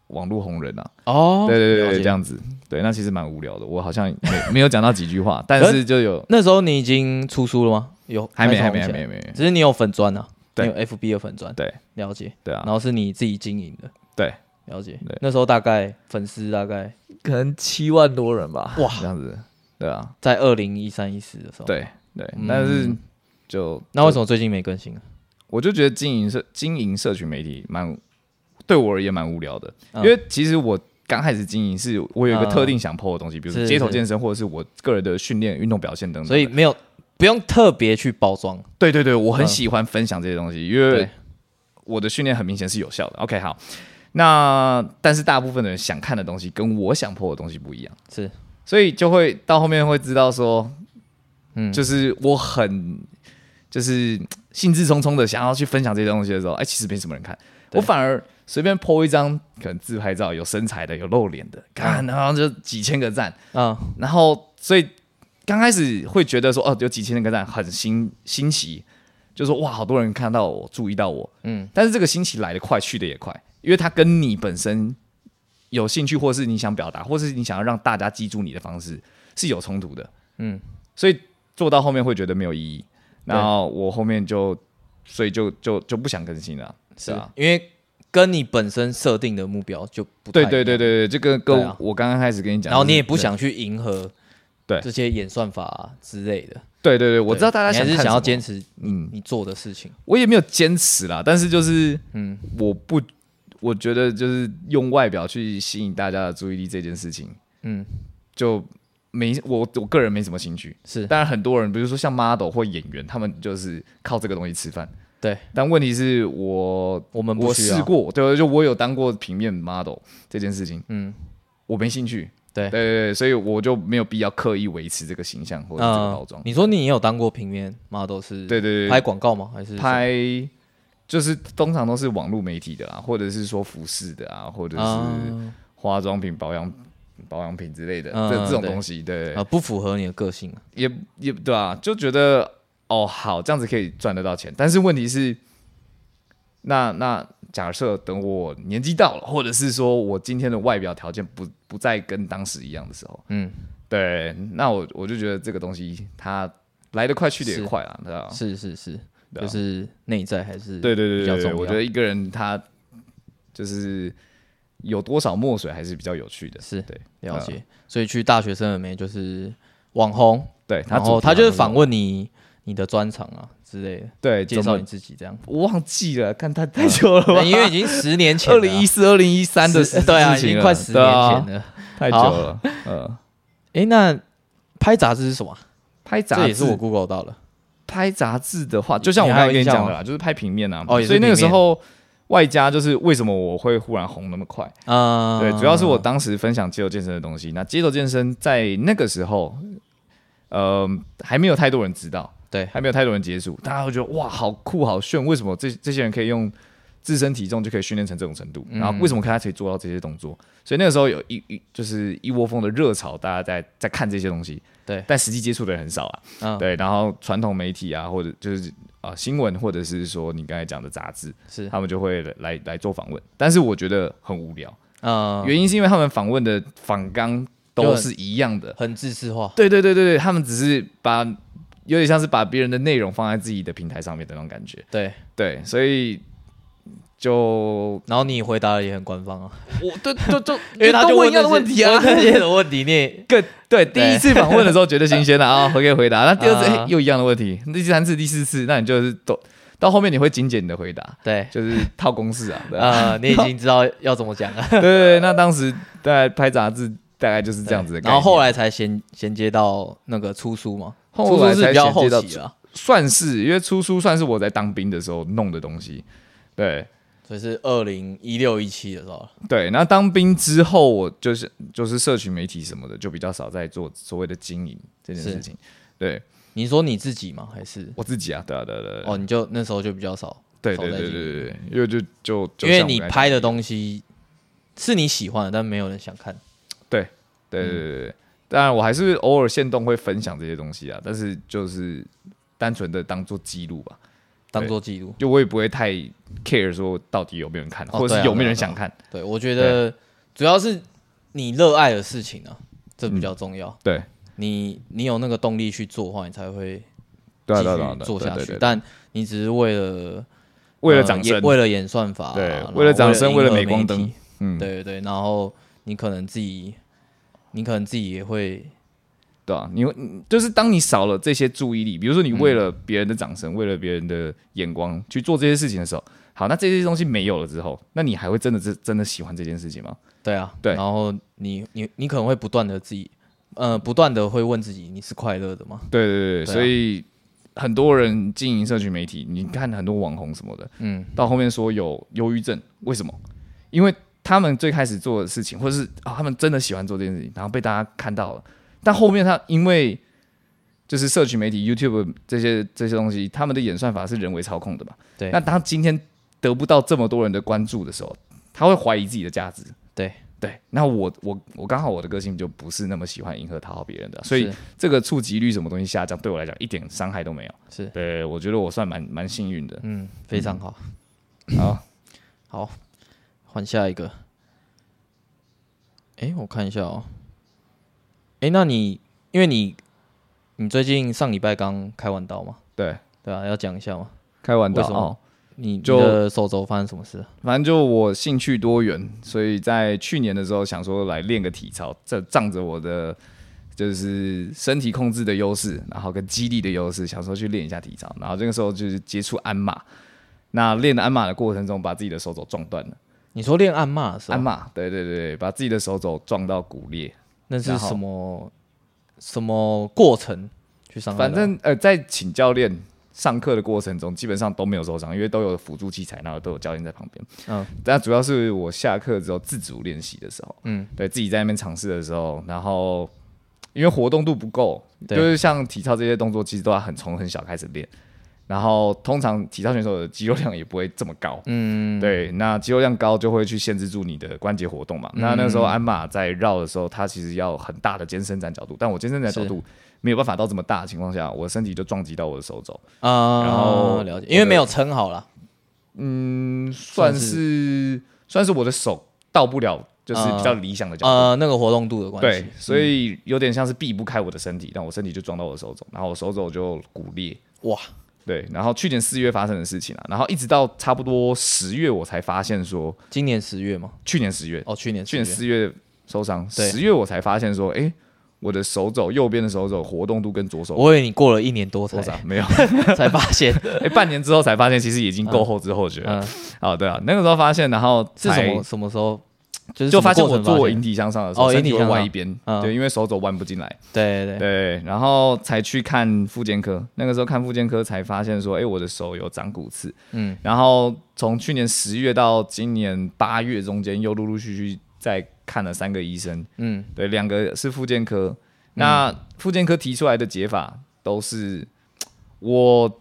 B: 网络红人啊，
A: 哦，
B: 对对对
A: 了
B: 对，
A: 解
B: 这。样子，对，那其实蛮无聊的，我好像没没有讲到几句话，但是 就有
A: 那时候你已经出书了吗？有，
B: 还没
A: 开始
B: 还
A: 红
B: 没还
A: 起来
B: 没还，没，
A: 只是你有粉砖啊，你
B: 对
A: 有 FB 的粉砖，
B: 对
A: 了解。
B: 对
A: 然
B: 啊，
A: 后是你自己经营的，
B: 对，
A: 了解
B: 对。
A: 那时候大概粉丝大概
B: 可能七万多人吧，
A: 哇
B: 这样子，对啊，
A: 在二零一三一四的时候，。
B: 对对，
A: 嗯
B: 但是就
A: 那为什
B: 么
A: 么最近没更新啊？
B: 我就觉得经营社经营社群媒体蛮对我而言蛮无聊的，
A: 嗯
B: 因为其实我刚开始经营，是我有一个
A: 嗯
B: 特定想 PO 的东西，比如说
A: 是
B: 街头
A: 是
B: 健身，或者是我个人的训练、运动表现等等。
A: 所以，没有不用特别去包装。
B: 对对对，我很
A: 嗯
B: 喜欢分享这些东西，因
A: 对
B: 为我的训练很明显是有效的。OK，好，那但是大部分的人想看的东西跟我想 PO 的东西不一样，
A: 是，
B: 所以就会到后面会知道说，
A: 嗯，
B: 就是我很就是嗯兴致冲冲的想要去分享这些东西的时候，哎，其实没什么人看，
A: 对
B: 我反而随便 PO 一张可能自拍照，有身材的，有露脸的，看，然后就几千个赞，
A: 嗯，
B: 然后所以刚开始会觉得说，哦，有几千个赞很新新奇，就说哇，好多人看到我，注意到我，
A: 嗯
B: 嗯，但是这个新奇来得快，去得也快，因为它跟你本身有兴趣，或是你想表达，或是你想要让大家记住你的方式是有冲突的，
A: 嗯
B: 嗯，所以做到后面会觉得没有意义，
A: 对
B: 然后我后面就，所以就就就不想更新了，是啊。
A: 因为跟你本身设定的目标就不太
B: 对
A: 一样
B: 对对，对对，这个跟
A: 对啊
B: 我刚刚开始跟你讲，
A: 然后你也
B: 就是
A: 不想去迎合
B: 对
A: 这些演算法啊之类的。
B: 对对对，我知道大家
A: 你还是
B: 看
A: 想要
B: 什么
A: 坚持
B: 嗯，
A: 你做的事情。
B: 我也没有坚持啦，但是就是，
A: 嗯
B: 嗯，我不，我觉得就是用外表去吸引大家的注意力这件事情，
A: 嗯，
B: 就没我我个人没什么兴趣。
A: 是
B: 当然，很多人，比如说像 model 或演员，他们就是靠这个东西吃饭。
A: 对，
B: 但问题是我
A: 我们不
B: 我
A: 需要
B: 试过，对，就我有当过平面 model 这件事情，
A: 嗯，
B: 我没兴趣。
A: 对
B: 对对对，所以我就没有必要刻意维持这个形象或者这个包装。
A: 啊你说你也有当过平面 model 是？
B: 对对对，
A: 拍广告吗？嗯还是
B: 拍就是通常都是网络媒体的啊，或者是说服饰的啊，或者是
A: 啊
B: 化妆品、保养保养品之类的，
A: 嗯
B: 这这种
A: 对
B: 东西，对，
A: 啊不符合你的个性啊？
B: 也也对啊，就觉得哦，好，这样子可以赚得到钱，但是问题是，那那假设等我年纪到了，或者是说我今天的外表条件不不再跟当时一样的时候，
A: 嗯，
B: 对，那我我就觉得这个东西它来得快去得也
A: 是
B: 快啦，对吧、啊？
A: 是是是，
B: 对啊
A: 就是内在还是
B: 对对
A: 比
B: 对
A: 较
B: 对对，
A: 重
B: 我
A: 要
B: 觉得一个人他就是有多少墨水还是比较有趣的。
A: 是
B: 对啊
A: 了解。所以去大学生了没？就是网红，
B: 对，他
A: 然
B: 主
A: 后
B: 题啊
A: 他就是
B: 嘛
A: 访问你你的专长啊之类的，
B: 对
A: 介
B: 怎
A: 绍
B: 么
A: 你自己这样。
B: 我忘记了，看他太久 了吧？
A: 因为已经十年前
B: 二
A: 了啊，
B: 零一四、二零一三的事
A: 对啊，已
B: 事情
A: 经
B: 了
A: 快十
B: 对
A: 年
B: 啊
A: 前了。
B: 太久了。呃，
A: 诶，那拍杂志是什么啊？
B: 拍杂
A: 这也
B: 志
A: 是我 Google 到了。
B: 拍杂志的话，就像我
A: 你
B: 刚
A: 还有
B: 才跟你
A: 印象
B: 讲的啦，就是拍平面啊。
A: 哦也是
B: 所以那个
A: 平
B: 时
A: 面
B: 候外加就是为什么我会忽然红那么快？
A: 啊，
B: 对，主要是我当时分享街头健身的东西。那街头健身在那个时候，呃，还没有太多人知道，
A: 对
B: 还没有太多人接触，大家会觉得哇，好酷，好炫！为什么这这些人可以用自身体重就可以训练成这种程
A: 嗯
B: 度？然后为什么看他可以做到这些动作？所以那个时候有一一就是一窝蜂的热潮，大家在在看这些东西，
A: 对
B: 但实际接触的人很少啊。
A: 嗯
B: 对，然后传统媒体啊，或者就是啊、呃新闻，或者是说你刚才讲的杂志，
A: 是
B: 他们就会来来做访问，但是我觉得很无聊。
A: 啊，
B: 原因是因为他们访问的访纲都是一样的。
A: 很自私化。
B: 对对对对对，他们只是把有点像是把别人的内容放在自己的平台上面的那种感觉。
A: 对，
B: 对，所以就
A: 然后你回答的也很官方啊，
B: 我 对就就
A: 因为他就
B: 都问一样的问题啊。
A: 这些的问题你也
B: 更对，第一次访问的时候觉得新鲜的 啊，我可以回答。那第二次、
A: 啊
B: 哎又一样的问题，第三次、第四次，那你就是都到后面你会精简你的回答，
A: 对
B: 就是套公式 啊。对啊
A: 啊，你已经知道要怎么讲了。
B: 对对对，那当时在拍杂志，大概就是这样子的概
A: 然
B: 念。
A: 后后来才衔衔接到那个出书嘛，
B: 后
A: 出
B: 来
A: 书是比较后
B: 才衔
A: 期啊
B: 接
A: 了，
B: 算是，因为出书算是我在当兵的时候弄的东西。对
A: 所以是二零一六一七的时候了。
B: 对，那当兵之后，我就是就是社群媒体什么的，就比较少在做所谓的经营这件事情。对
A: 你说你自己吗？还是
B: 我自己啊，对啊，对啊对啊
A: 哦，你就那时候就比较少，
B: 对
A: 少
B: 对
A: 在
B: 对
A: 经
B: 对
A: 营
B: 对对，因为就就就
A: 因为
B: 像我
A: 你
B: 刚才
A: 拍的
B: 讲
A: 东西是你喜欢的，但没有人想看。
B: 对对
A: 嗯
B: 对对对，当然我还是偶尔限动会分享这些东西啊，但是就是单纯的当做记录吧，
A: 当做记录。
B: 就我也不会太 care 说到底有没有人看，
A: 哦
B: 或者
A: 对
B: 是
A: 啊
B: 有没有人
A: 对啊
B: 想看。
A: 对，我觉得主要是你热爱的事情啊，这比
B: 嗯
A: 较重要。
B: 对
A: 你你有那个动力去做的话，你才会继
B: 对啊对啊对啊
A: 续做下
B: 对对
A: 去
B: 对。对
A: 但你只是为了
B: 为了
A: 呃
B: 掌
A: 也
B: 声，
A: 为了演算法啊，
B: 对
A: 然后
B: 为了掌声
A: 为
B: 为了
A: 迎合
B: 镁光
A: 媒
B: 灯
A: 体
B: 嗯，
A: 对对对。然后你可能自己，你可能自己也会
B: 对啊，你会你就是当你少了这些注意力，比如说你为了别人的掌声，为了别人的眼光去做这些事情的时候，好，那这些东西没有了之后，那你还会真的真真的喜欢这件事情吗？
A: 对啊，
B: 对
A: 然后你你你可能会不断的自己，呃，不断的会问自己，你是快乐的吗？
B: 对对对，
A: 对啊
B: 所以很多人经营社群媒体，你看很多网红什么的，
A: 嗯，
B: 到后面说有忧郁症，为什么？因为他们最开始做的事情，或者是啊、他们真的喜欢做这件事情，然后被大家看到了，但后面他因为就是社群媒体、YouTube 这些这些东西，他们的演算法是人为操控的嘛？
A: 对
B: 那当今天得不到这么多人的关注的时候，他会怀疑自己的价值。
A: 对
B: 对，那我我我刚好我的个性就不是那么喜欢迎合讨好别人的，啊所以
A: 是
B: 这个触及率什么东西下降，对我来讲一点伤害都没有。
A: 是
B: 对，我觉得我算蛮蛮幸运 的。
A: 嗯，非常好。
B: 好，
A: 好，换下一个。诶，我看一下哦。诶，那你因为你你最近上礼拜刚开完刀嘛，
B: 对，
A: 对啊，要讲一下吗？
B: 开完刀
A: 为什么
B: 哦，
A: 你你
B: 就
A: 的手肘发生什么事？
B: 反正就我兴趣多元，所以在去年的时候想说来练个体操，这仗着我的就是身体控制的优势，然后跟肌力的优势，想说去练一下体操。然后这个时候就是接触鞍马，那练鞍马的过程中，把自己的手肘撞断了。
A: 你说练按骂的时
B: 鞍
A: 候，
B: 马，对对对，把自己的手肘撞到骨裂。
A: 那是
B: 然后
A: 什么什么过程去上岸
B: 反
A: 的？
B: 正呃，在请教练上课的过程中，基本上都没有受伤，因为都有辅助器材，然后都有教练在旁边。
A: 嗯
B: 但主要是我下课之后自主练习的时候，
A: 嗯，
B: 对自己在那边尝试的时候，然后因为活动度不够，就
A: 对
B: 是像体操这些动作，其实都要很从很小开始练。然后通常体操选手的肌肉量也不会这么高，嗯，对，那肌肉量高就会去限制住你的关节活动嘛。那那时
A: 嗯
B: 候鞍马在绕的时候，它其实要很大的肩伸展角度，但我肩伸展角度没有办法到这么大的情况下，我身体就撞击到我的手肘，
A: 啊，
B: 然后
A: 了解，
B: 我
A: 因为
B: 的
A: 没有撑好了，
B: 嗯，算是算是我的手到不了，就是比较理想的角度，
A: 呃，那个活动度的关系
B: 对，，所以有点像是避不开我的身体，但我身体就撞到我的手肘，然后我手肘就骨裂。
A: 哇，
B: 对，然后去年四月发生的事情啊，然后一直到差不多十月，我才发现说，
A: 今年十月嘛，
B: 去年十月，
A: 哦，去年
B: 去年
A: 10月
B: 四月受伤，
A: 对
B: 十月我才发现说，诶，我的手肘右边的手肘活动度跟左手
A: 我以为你过了一年多才
B: 多少没有，
A: 才发现
B: 诶，半年之后才发现，其实已经够后知后觉了。
A: 嗯
B: 哦，对啊，那个时候发现，然后
A: 是什
B: 才
A: 么什么时候，就是什
B: 就
A: 么
B: 发现
A: 过
B: 我
A: 程
B: 做引体向上的时候，
A: 哦
B: 身体
A: 引体
B: 会
A: 向上
B: 弯一边，
A: 嗯
B: 对，因为手肘弯不进来。
A: 对对对，
B: 对，然后才去看复健科。那个时候看复健科才发现说，哎、我的手有长骨刺。
A: 嗯，
B: 然后从去年十月到今年八月中间，又陆陆续续再看了三个医生。
A: 嗯，
B: 对，两个是复健科。那复健科提出来的解法都是我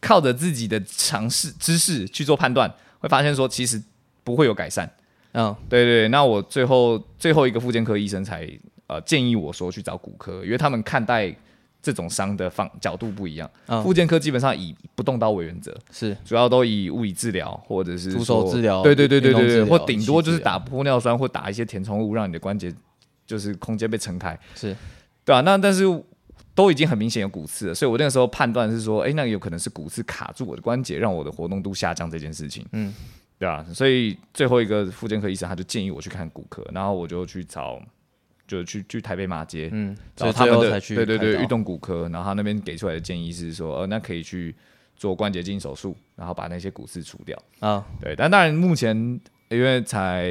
B: 靠着自己的尝试知识去做判断，会发现说其实不会有改善。
A: 嗯，
B: 对对，那我最后最后一个复健科医生才呃建议我说去找骨科，因为他们看待这种伤的方角度不一样。
A: 嗯
B: 复健科基本上以不动刀为原则，
A: 是
B: 主要都以物理治疗或者是
A: 徒手
B: 说
A: 治疗
B: 对对对对
A: 运动
B: 对
A: 治
B: 对，
A: 疗
B: 或顶多就是
A: 仪器治疗
B: 打玻尿酸或打一些填充物，让你的关节就是空间被撑开，
A: 是，
B: 对啊，那但是都已经很明显有骨刺了，所以我那个时候判断是说，哎、那有可能是骨刺卡住我的关节，让我的活动度下降这件事情。
A: 嗯，
B: 对啊，所以最后一个复健科医生他就建议我去看骨科，然后我就去找，就去去台北马街，
A: 嗯，所以
B: 找他
A: 最
B: 们
A: 后
B: 的
A: 才去
B: 对对对
A: 开刀
B: 运动骨科，然后他那边给出来的建议是说，呃，那可以去做关节镜手术，然后把那些骨刺除掉。
A: 啊，
B: 对，但当然目前因为才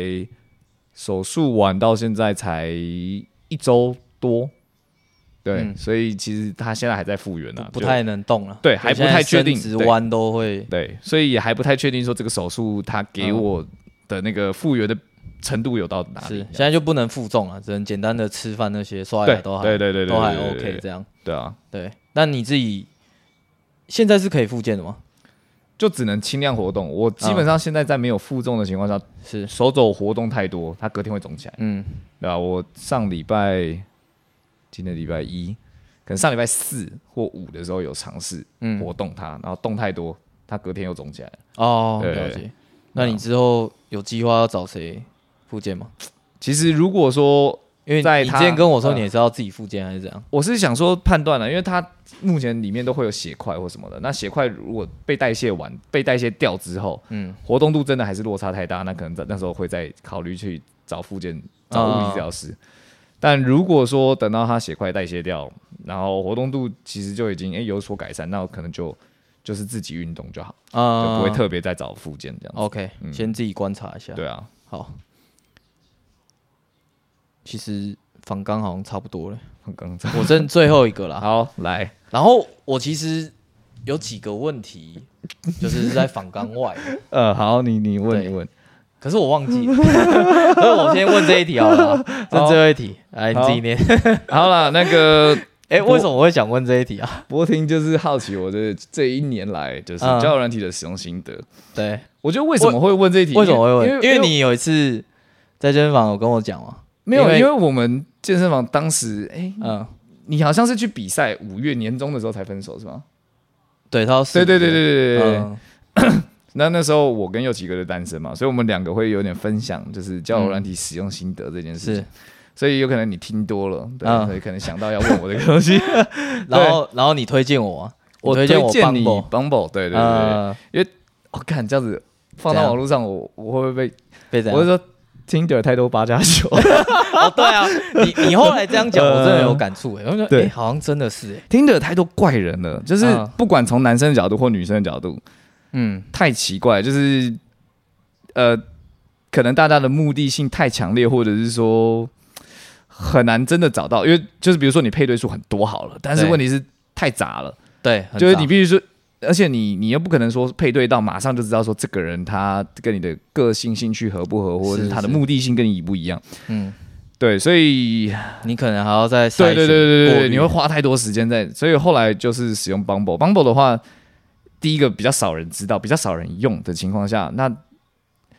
B: 手术完到现在才一周多，对，
A: 嗯
B: 所以其实他现在还在复原呢、啊，
A: 不
B: 就
A: 太能动了，
B: 对还不太确定
A: 现在伸直
B: 对
A: 弯都会，
B: 对，所以也还不太确定说这个手术他给
A: 嗯
B: 我的那个复原的程度有到哪
A: 是
B: 里。
A: 现在就不能负重了，只能简单的吃饭那些刷
B: 对
A: 牙都还
B: 对对对对
A: 都还
B: 对对对
A: OK
B: 对
A: 这样，
B: 对啊，
A: 对，那你自己现在是可以复健的吗？
B: 就只能轻量活动。我基
A: 嗯
B: 本上现在在没有负重的情况下，
A: 是，
B: 手肘活动太多，它隔天会肿起来。
A: 嗯，
B: 对啊，我上礼拜，今天礼拜一，可能上礼拜四或五的时候有尝试
A: 嗯
B: 活动它，然后动太多，它隔天又肿起来了。
A: 哦，
B: 对
A: 了解。那你之后有计划要找谁复健吗？
B: 其实如果说
A: 因为
B: 在
A: 你
B: 他
A: 之前跟我说
B: 嗯
A: 你也是要自己复健还是怎样？
B: 我是想说判断了，因为它目前里面都会有血块或什么的，那血块如果被代谢完、被代谢掉之后，
A: 嗯
B: 活动度真的还是落差太大，那可能在那时候会再考虑去找附件找物理治疗师。但如果说等到他血块代谢掉，然后活动度其实就已经诶有所改善，那我可能就就是自己运动就好，就
A: 啊
B: 不会特别再找附件这样子。
A: OK，、
B: 嗯
A: 先自己观察一下。，
B: 对啊，
A: 好。其实仿纲好像差不多了，
B: 刚才
A: 我剩最后一个 啦。
B: 好来，
A: 然后我其实有几个问题，就是在仿纲外，
B: 呃，好，你你问
A: 对
B: 你问，
A: 可是我忘记了，所以我先问这一题好了啦，这
B: 好
A: 最后一题，来你
B: 好
A: 自己念。
B: 好啦，那个
A: 哎、为什么我会想问这一题啊？
B: 博婷就是好奇我的这一年来就是
A: 嗯
B: 交友软体的使用心得。
A: 对，
B: 我觉得为什么会问这一题？
A: 为什么会问？因
B: 因
A: 为你有一次在健身房有跟我讲嘛，
B: 没有，
A: 因为
B: 因为我们健身房当时，哎、
A: 嗯，
B: 你好像是去比赛，五月年终的时候才分手是吗？
A: 对，他要四
B: 对
A: 五
B: 对对
A: 个
B: 对对对对。
A: 嗯
B: 那那时候我跟佑奇哥就单身嘛，所以我们两个会有点分享，就是交友软体使用心得这件事情。
A: 是，
B: 所以有可能你听多了，对，
A: 嗯
B: 所以可能想到要问我这个 东西。
A: 然后然后你推荐我啊，
B: 我
A: 你推
B: 荐
A: 我
B: 你
A: Bumble，
B: Bumble，对对对对。
A: 呃，
B: 我看这样子放
A: 怎
B: 到
A: 样
B: 网络上，我我会不会被？
A: 被这样
B: 我是说 Tinder 太多八加 九
A: 哦，对啊，你你后来这样 讲，我真的有感触哎、我就说，哎、
B: 呃对
A: 好像真的是哎、
B: ，Tinder 太多怪人了，就是
A: 嗯
B: 不管从男生的角度或女生的角度，
A: 嗯，
B: 太奇怪，就是呃，可能大家的目的性太强烈，或者是说很难真的找到，因为就是比如说你配对数很多好了，但是
A: 对
B: 问题是太杂了，
A: 对，很
B: 就是
A: 杂
B: 你必须说。而且你你又不可能说配对到马上就知道说这个人他跟你的个性兴趣合不合，或者是
A: 是
B: 他的
A: 是
B: 目的性跟你一不一样。
A: 嗯，
B: 对，所以
A: 你可能还要再筛
B: 对对对对对
A: 过
B: 对，
A: 滤
B: 你会花太多时间在，所以后来就是使用 Bumble。Bumble 的话，第一个比较少人知道，比较少人用的情况下，那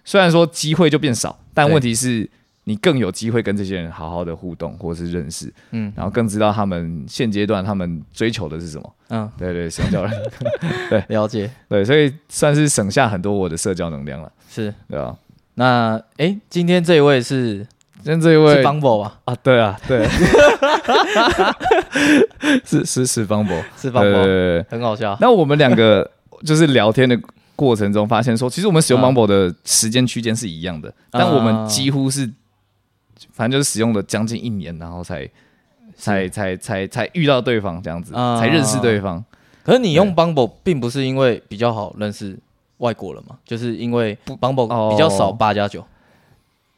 B: 虽然说机会就变少，但
A: 对
B: 问题是你更有机会跟这些人好好的互动或是认识，
A: 嗯
B: 然后更知道他们现阶段他们追求的是什么。
A: 嗯，
B: 对对，社交人
A: 了解
B: 对，所以算是省下很多我的社交能量了，
A: 是。
B: 对吧？
A: 那哎、今天这一位是
B: 像这一
A: 是
B: 位
A: Bumble 吧？
B: 啊，对啊，对，是是是 Bumble，
A: 是
B: 对
A: Bumble，
B: 对对
A: 很好 笑。
B: 那我们两个就是聊天的过程中，发现说，其实我们使用
A: 啊
B: Bumble 的时间区间是一样的，但我们几乎是，反正就是使用了将近一年，然后才才才才才遇到对方这样子，
A: 啊
B: 才认识对方。
A: 可是你用 Bumble 并不是因为比较好认识外国人嘛，就是因为 Bumble
B: 哦
A: 比较少八加九。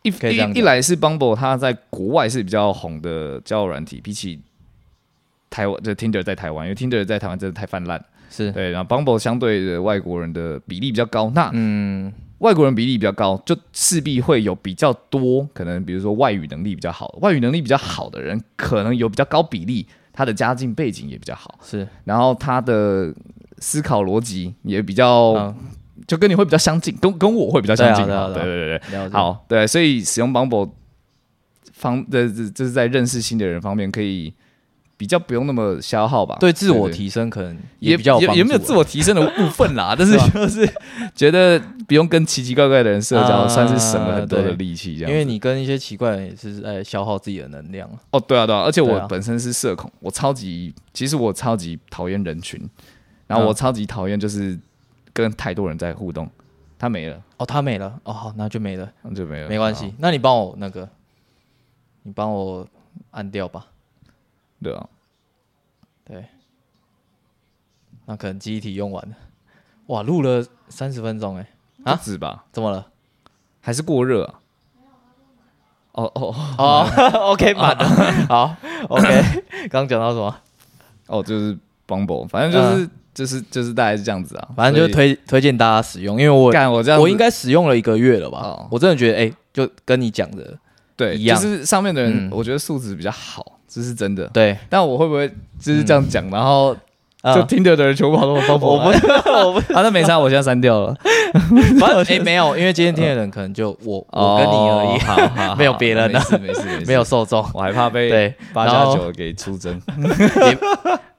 B: 一
A: 可以这样讲
B: 一一来是 Bumble，它在国外是比较红的交友软体，比起台湾这 Tinder 在台湾，因为 Tinder 在台湾真的太泛滥了，
A: 是，
B: 对，然后 Bumble 相对的外国人的比例比较高，那
A: 嗯，
B: 外国人比例比较高，就势必会有比较多可能，比如说外语能力比较好，外语能力比较好的人，可能有比较高比例，他的家境背景也比较好，
A: 是，
B: 然后他的思考逻辑也比较，
A: 嗯，
B: 就跟你会比较相近，跟跟我会比较相近
A: 对啊
B: 嘛，
A: 对
B: 对
A: 啊对
B: 对对对，
A: 了解。，
B: 好，对，所以使用 Bumble 方的就是在认识新的人方面，可以比较不用那么消耗吧，
A: 对自我
B: 对
A: 提升可能
B: 也
A: 比较有
B: 也
A: 帮
B: 也没有
A: 助啊
B: 自我提升的部 分啦，但是
A: 是吧
B: 就是觉得不用跟奇奇怪怪的人社交，
A: 啊
B: 算是省了很多的
A: 对
B: 力气这样
A: 因
B: 子。
A: 为你跟一些奇怪的人也是在消耗自己的能量啊。
B: 哦，对啊，对啊，而且
A: 对
B: 我
A: 啊
B: 本身是社恐，我超级，其实我超级讨厌人群，然后我
A: 嗯
B: 超级讨厌就是跟太多人在互动，他没了，
A: 哦，他没了，哦，好，那就没了，
B: 那就没了，
A: 没关系
B: 啊，。
A: 那你帮我那个，你帮我按掉吧。
B: 对啊，
A: 对，那可能记忆体用完了。哇，录了三十分钟哎、啊
B: 啊，止吧，
A: 怎么了？
B: 还是过热啊？哦哦
A: 哦，OK，满了。好，OK。刚 讲到什么？
B: 哦，就是 Bumble，反正就是、就是就是大概是这样子啊，
A: 嗯反正就是
B: 所以
A: 推推荐大家使用，因为我
B: 干我这样子，
A: 我应该使用了一个月了吧？
B: 哦
A: 我真的觉得哎、就跟你讲的，
B: 对，
A: 一
B: 就
A: 样
B: 是上面的人，
A: 嗯
B: 我觉得素质比较好，这是真的。
A: 对，
B: 但我会不会就是这样讲，
A: 嗯
B: 然后
A: 啊
B: 就听着的人全部跑到我包
A: 我
B: 包
A: 不
B: 来？
A: 我不
B: 啊，那没差，我现在删掉了。
A: 反正哎、 没有，因为今天听的人可能就我、我跟你而
B: 哦
A: 已，
B: 好好 好
A: 没有别人啊
B: 没事没事没事，
A: 没有，受 众，
B: 我还怕被
A: 对，
B: 八
A: 然
B: 加
A: 后
B: 九给出征。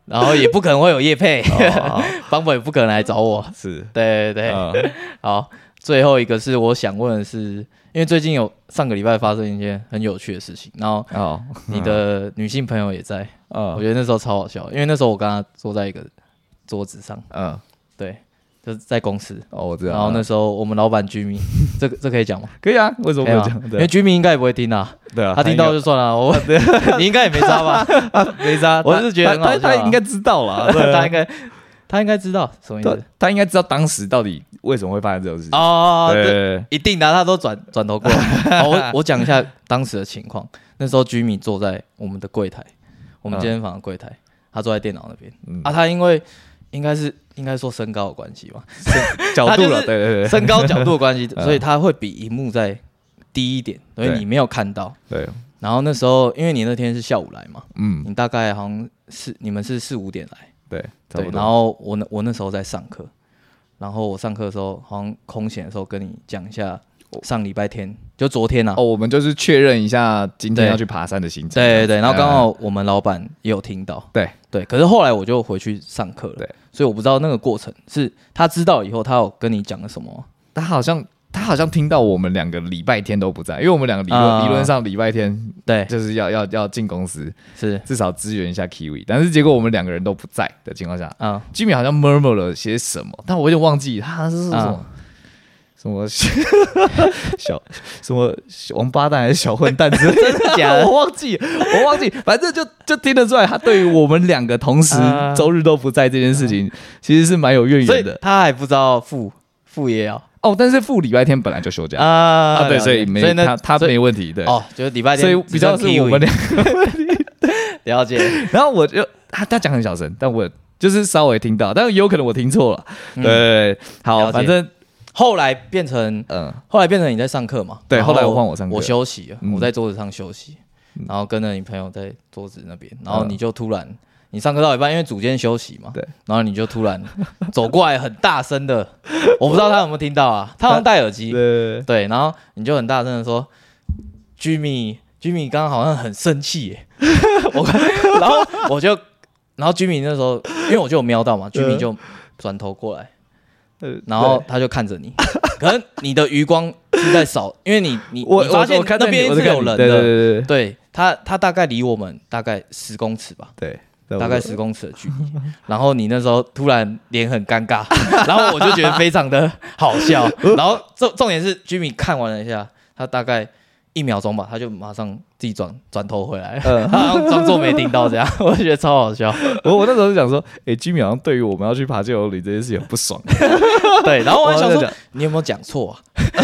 A: 然后也不可能会有叶配，
B: 哦
A: 邦博也不可能来找我。
B: 是，
A: 对对对，
B: 嗯
A: 好，最后一个是我想问的是，因为最近有上个礼拜发生一件很有趣的事情，然后
B: 哦，
A: 你的女性朋友也在，我
B: 嗯
A: 觉得那时候超好笑的，因为那时候我跟她坐在一个桌子上，
B: 嗯，
A: 对，就是在公司。
B: 哦，我知道。
A: 然后那时候我们老板居民，这个这可以讲 吗？
B: 可以啊？为什
A: 可
B: 么
A: 以
B: 不能
A: 吗
B: 讲？
A: 因为
B: 对
A: 居民应该也不会听啊，
B: 对啊，
A: 他听到
B: 应啊
A: 就算了。 我你应该也没差吧？
B: 该没差，
A: 我
B: 他
A: 是觉得很
B: 他
A: 好笑
B: 他
A: 啊
B: 他应该知道了。对啊
A: 他应该他应该知道什么意
B: 他
A: 思
B: 他应该知道当时到底为什么会发生这种事情。
A: 哦，
B: 对
A: 对
B: 对，对
A: 一定的啊、他都转转头 过来。好，我我讲一下当时的情况。那时候居米坐在我们的柜台，我们
B: 嗯
A: 健身房的柜台，他坐在电脑那边、
B: 嗯
A: 啊。他因为应该是应该说身高的关系吧，
B: 角
A: 他
B: 度
A: 就是
B: 了，对对对
A: 身高角度的 关系，
B: 嗯
A: 所以他会比荧幕再低一点，所以
B: 对
A: 你没有看到。
B: 对，
A: 然后那时候，因为你那天是下午来嘛，
B: 嗯，
A: 你大概好像是你们是四五点来，
B: 对，差
A: 对
B: 不。
A: 然
B: 多。
A: 后我那我那时候在上课，然后我上课的时候，好像空闲的时候跟你讲一下，上礼拜天就昨天啊，
B: 哦，我们就是确认一下今天
A: 对
B: 要去爬山的行程。
A: 对对对，然后刚
B: 嗯
A: 好我们老板也有听到，
B: 对
A: 对，可是后来我就回去上课了，
B: 对，
A: 所以我不知道那个过程是他知道以后，他有跟你讲了什么吗，
B: 他好像他好像听到我们两个礼拜天都不在，因为我们两个理论、
A: 啊
B: 理论上礼拜天
A: 对，
B: 就是要要要进公司，
A: 是，
B: 至少支援一下 Kiwi，但是结果我们两个人都不在的情况下
A: 啊，
B: ，Jimmy 好像 murmur 了些什么，但我有点忘记他是什
A: 啊
B: 么。什么 小什么王八蛋还是小混蛋之类的，
A: 真的假的
B: 我忘记了，我忘记，反正就就听得出来，他对于我们两个同时
A: 啊
B: 周日都不在这件事情，其实是蛮有怨
A: 所
B: 言
A: 以
B: 的。
A: 他还不知道副副业要
B: 哦，但是副礼拜天本来就休假，
A: 啊
B: 啊，对，
A: 了解
B: 所以没
A: 所以
B: 他
A: 呢，
B: 他
A: 所以
B: 没问题，对，
A: 哦，就是礼拜天，
B: 所以比较是我们
A: 的
B: 俩。
A: 了解，
B: 然后我就他他讲很小声，但我就是稍微听到，但也有可能我听错了，
A: 嗯
B: 对，
A: 了
B: 好，
A: 解
B: 反正
A: 后来变成
B: 嗯，
A: 后来变成你在上课嘛？
B: 对
A: 然后
B: 后来我换我上课
A: 我休息了，
B: 嗯
A: 我在桌子上休息，然后跟着你朋友在桌子那
B: 嗯
A: 边，然后你就突然，你上课到一半，因为组间休息嘛，
B: 对，
A: 然后你就突然 走过来，很大声的，我不知道他有没有听到 啊，他好像戴耳机，
B: 对，
A: 对，然后你就很大声的说，Jimmy。Jimmy 刚刚好像很生气 耶，我然后我就，然后 Jimmy 那时候，因为我就有瞄到嘛，Jimmy 就转头过来，
B: 呃
A: 然后他就看着你， 可能你的余光是在 扫，因为你你
B: 对我
A: 你发
B: 我
A: 现
B: 我看到
A: 那
B: 你
A: 边
B: 我
A: 是
B: 在看
A: 有
B: 你
A: 人
B: 对对
A: 的，
B: 对对
A: 对他他大概离我们大概十公尺吧，
B: 对对，
A: 大概
B: 是
A: 十公尺的距离，然后你那时候突然脸很尴尬， 然后我就觉得非常的好 笑，然后重重点是 Jimmy 看完了一下，他大概一秒钟吧，他就马上自己转转头回来，
B: 嗯
A: 他好像 装作没听到这样，我就觉得超好笑，
B: 我我那时候就想说，哎，Jimmy 好像对于我们要去爬九龙岭这件事情很不 爽，
A: 对，然后我还想
B: 我在
A: 说
B: 讲，
A: 你有没有讲 错啊？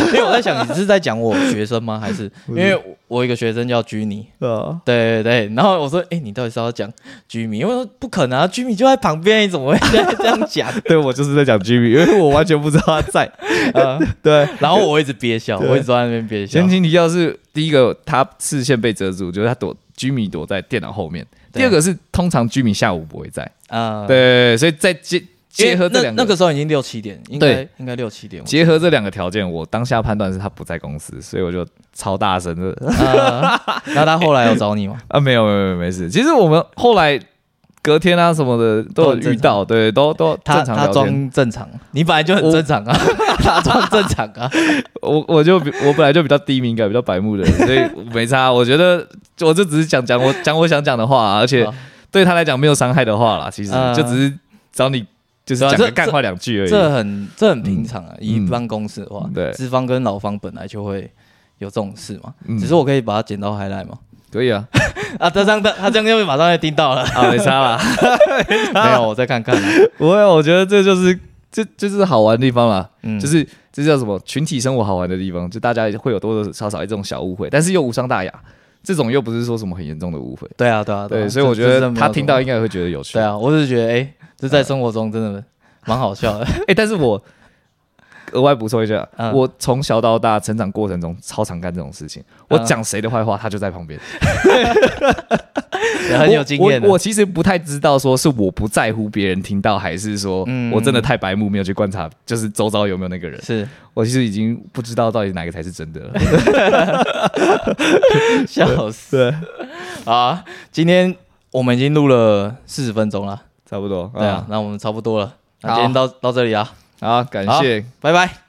A: 因为我在想，你是在讲我学生吗？还是因
B: 是
A: 为我有一个学生叫居尼？
B: 啊，
A: 对对对，然后我说，哎、你到底是要讲居米？因为我说不可能啊，居米就在旁边，你怎么会这样这样讲？
B: 对我就是在讲 Jimmy，因为我完全不知道他 在，呃
A: 啊？
B: 对。
A: 然后我一直憋笑，
B: 对
A: 我一直坐在那边憋笑
B: 前。情提要是第一个，他视线被遮住，就是他躲 Jimmy 躲在电脑后面；
A: 对
B: 第二个是通常 Jimmy 下午不会在，嗯
A: 啊，，
B: 对，所以再结结合这两
A: 那那个时候已经六七点，应该应该六七点。
B: 结合这两个条件，我当下判断是他不在公司，所以我就超大声的
A: 啊，那他后来有找你吗？
B: 啊，没有没有没有没事。其实我们后来隔天啊什么的都有遇到，对，都都
A: 他
B: 正常
A: 他
B: 聊天。
A: 装正常，你本来就很正常啊，他装正常 啊。
B: 我我就比我本来就比较低敏感，比较白目的人，所以没差。我觉得我就只是讲讲我讲我想讲的话啊、而且
A: 啊
B: 对他来讲没有伤害的话啦，其实
A: 啊
B: 就只是找你就是
A: 对啊
B: 讲个
A: 这
B: 干话两句而已。
A: 这很这很平常啊，以一般公司的话
B: 嗯，对
A: 资方跟劳方本来就会有这种事嘛，
B: 嗯
A: 只是我可以把它剪到 high 来嘛。
B: 可以啊，。
A: 啊，他这样他他这样就会马上就听到了
B: 啊没差啦。
A: 没有，我再看看啊。
B: 不会啊，我觉得这就是这这就是好玩的地方啦。
A: 嗯，
B: 就是这叫什么群体生活好玩的地方，就大家会有多多少少一种小误会，但是又无伤大雅，这种又不是说什么很严重的误会。
A: 对啊，对啊，啊
B: 对，所以我觉得他听到，嗯应该会觉得有趣。
A: 这这真的没有什么对，啊，我只是觉得哎，这在生活中真的蛮好笑 的。
B: 哎，但是我额外补充一下，
A: 嗯
B: 我从小到大成长过程中超常干这种事情，我讲谁的坏话，他就在旁边，
A: 很有经验的
B: 我我我其实不太知道说是我不在乎别人听到，还是说
A: 嗯
B: 我真的太白目没有去观察，就是周遭有没有那个人。
A: 是
B: 我其实已经不知道到底哪个才是真的了。
A: 笑死。
B: 对，
A: 好啊，今天我们已经录了四十分钟了，
B: 差不多。啊
A: 啊对啊，，那我们差不多了，那今天到到这里啊，
B: 好，感
A: 好
B: 谢。
A: 拜拜。